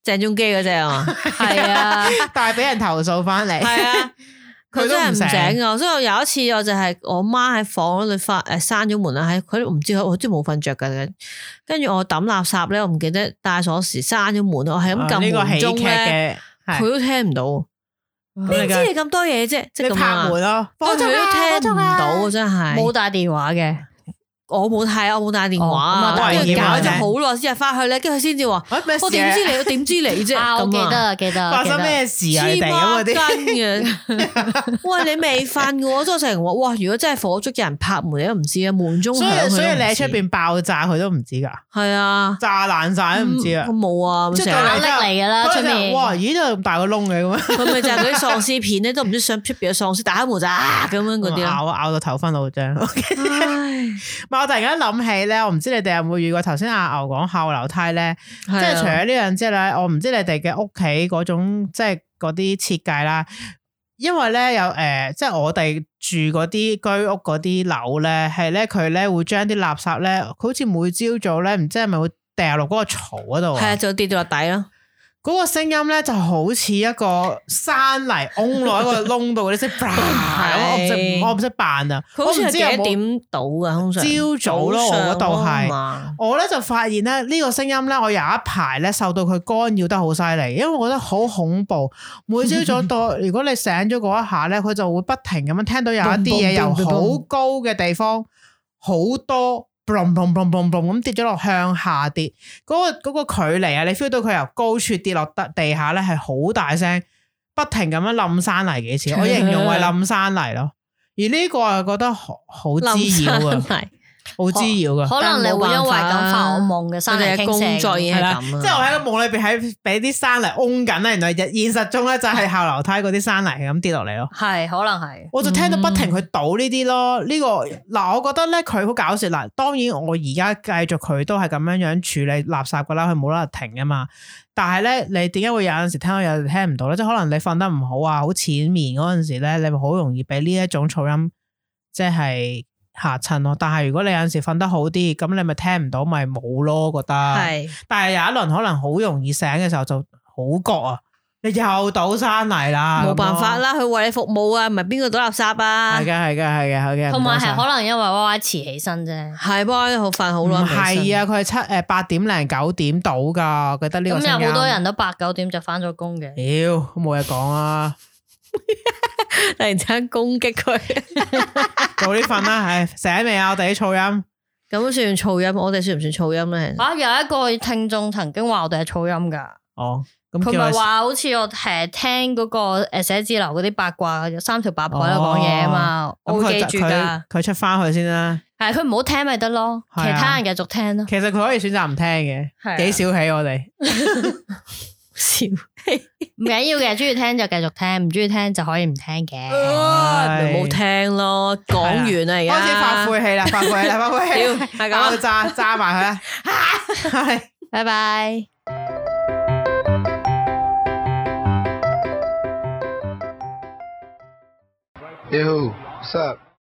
鄭中基嗰只啊嘛，
係啊，
但係俾人投訴翻嚟，
係啊。佢
佢都
真係
唔
唔
醒
醒。噶，所以我有一次我就係我媽喺房嗰度發誒閂咗門啦，啊喺佢都唔知佢我都冇瞓着㗎。跟住我抌垃圾咧，我唔記得帶鎖匙閂咗門，我 係咁撳
啊呢個
門
喜
鐘
劇
咧，
嘅，係
佢都聽唔到。邊知你咁多嘢啫？即
你
係咁
拍
啊！
門咯，
我
幫
佢都
手啊
聽唔到啊，真
冇
係。
帶電話嘅，
我冇睇，我冇帶電話
哦咁
啊，
啊
跟住搞
危險
咗
啊
好耐先入翻去咧，跟住佢先至話：
啊咩事啊
我點知你？我點知你啫？
啊我記
咁
得
啊，
啊記得啊，
發
記得
生
啊
咩事啊？你
黐
哋咁嗰
孖
啲，
筋嘅。喂，你未瞓嘅喎，所以我成日話：哇！如果真係火燭有人拍門，你都唔知啊，門鐘
所
響
以所以你喺
喺
出邊爆炸，佢都唔知噶，
係啊，
炸爛晒都唔知啊
我！冇啊，
即係
咁成
壓
日
力嚟㗎
嗯
啦，
可
出
能就
面。
哇，咦，都咁大個窿嘅咁啊樣，
佢咪就係嗰啲喪屍片咧，都唔知想出邊嘅喪屍打開門就啊咁 樣嗰啲啦。
咬咬到頭昏腦 脹。
唉，
唔係我突然間諗起咧，我唔知你哋有冇遇過頭先阿牛講後樓梯咧。
即
即係除咗呢樣之外咧，我唔知你哋嘅屋企嗰種即係嗰啲設計啦，因為咧有誒、呃即係我哋住嗰啲居屋嗰啲樓咧，係咧佢咧會將啲垃圾咧，佢好似每朝早咧，唔知係咪會掉落嗰個槽嗰度
係啊，
啊，
就跌到落底咯。
嗰個聲音咧就好似一個山泥擁落一個窿度嗰啲 聲，我唔識我唔識扮啊，
佢好似
我唔知
係幾
有
多
冇
點到啊？通常
朝早咯我嗰度係
早上啊嘛
我咧就發現咧呢個聲音咧，我有一排咧受到佢干擾得好犀利，因為我覺得好恐怖。每朝早到，如果你醒咗嗰一下咧，佢就會不停咁樣聽到有一啲嘢由好高嘅地方好多。boom boom boom boom boom 咁跌咗落向下跌，嗰、個嗰個距離啊，你 feel 到佢由高處跌落得地下咧，係好大聲，不停咁樣冧山泥幾次，我形容為冧山泥咯。而呢個我係覺得好好滋擾啊
冧，山泥
好滋啊擾噶。
可能你會因為咁發惡夢嘅
佢
生理
哋嘅
傾
工
斜
作已經
嘅。
係
係
啦
咁啊，
即係我喺個夢裏邊喺俾啲山泥擁緊啦，啊原來日現實中咧就係後樓梯嗰啲山泥係咁跌落嚟咯。
係可能係。
我就聽到不停去倒呢啲咯，呢、個嗱，我覺得咧佢好搞笑嗱。當然我而家繼續佢都係咁樣樣處理垃圾噶啦，佢冇得停啊嘛。但係咧，你點解會有陣時聽到有陣時聽唔到咧？即係可能你瞓得唔好啊，好淺眠嗰陣時咧，你咪好容易俾呢一種噪音即係嚇親咯。但係如果你有陣時瞓得好啲，咁你咪聽唔到，咪冇咯，覺得
係
但係有一輪可能好容易醒嘅時候就好覺啊，你又倒山泥啦，
冇辦法
咁咯。
啦，佢為你服務啊，唔係邊個倒垃圾啊
係嘅，？係嘅，係嘅，係嘅。
同埋係
係
可能因為 Y Y 遲起身啫，
係幫好瞓好
唔
耐，
係啊，，佢係七誒八點零九點到㗎，我覺得呢個
咁
聲音
有好多人都八九點就翻咗工嘅。
屌冇嘢講啊，
突然之間攻擊佢，
早啲瞓啦，唉醒未啊？我哋啲噪音
咁算噪音？我哋算唔算噪音咧？
啊，有一個聽眾曾經話我哋係噪音㗎，
哦，咁
佢
叫
咪
佢
話好似我誒聽嗰個誒寫字樓嗰啲八卦，有三條八婆喺度講嘢啊嘛，我
哦咁
會
佢
記
就
住㗎
佢。佢出翻去先啦。
係佢唔好聽咪得咯，
係
其
啊
他人繼續聽咯。
其實佢可以選擇唔聽嘅
係啊，
幾小氣我哋。
笑
唔緊要嘅，中意聽就繼續聽，唔中意聽就可以唔 聽嘅。
咪冇聽咯，講完啊啦而家
開始發晦氣啦，發晦氣啦，發晦氣，
係咁啊
爆炸炸 埋佢啦，係
拜拜。
Hey, who? What's up?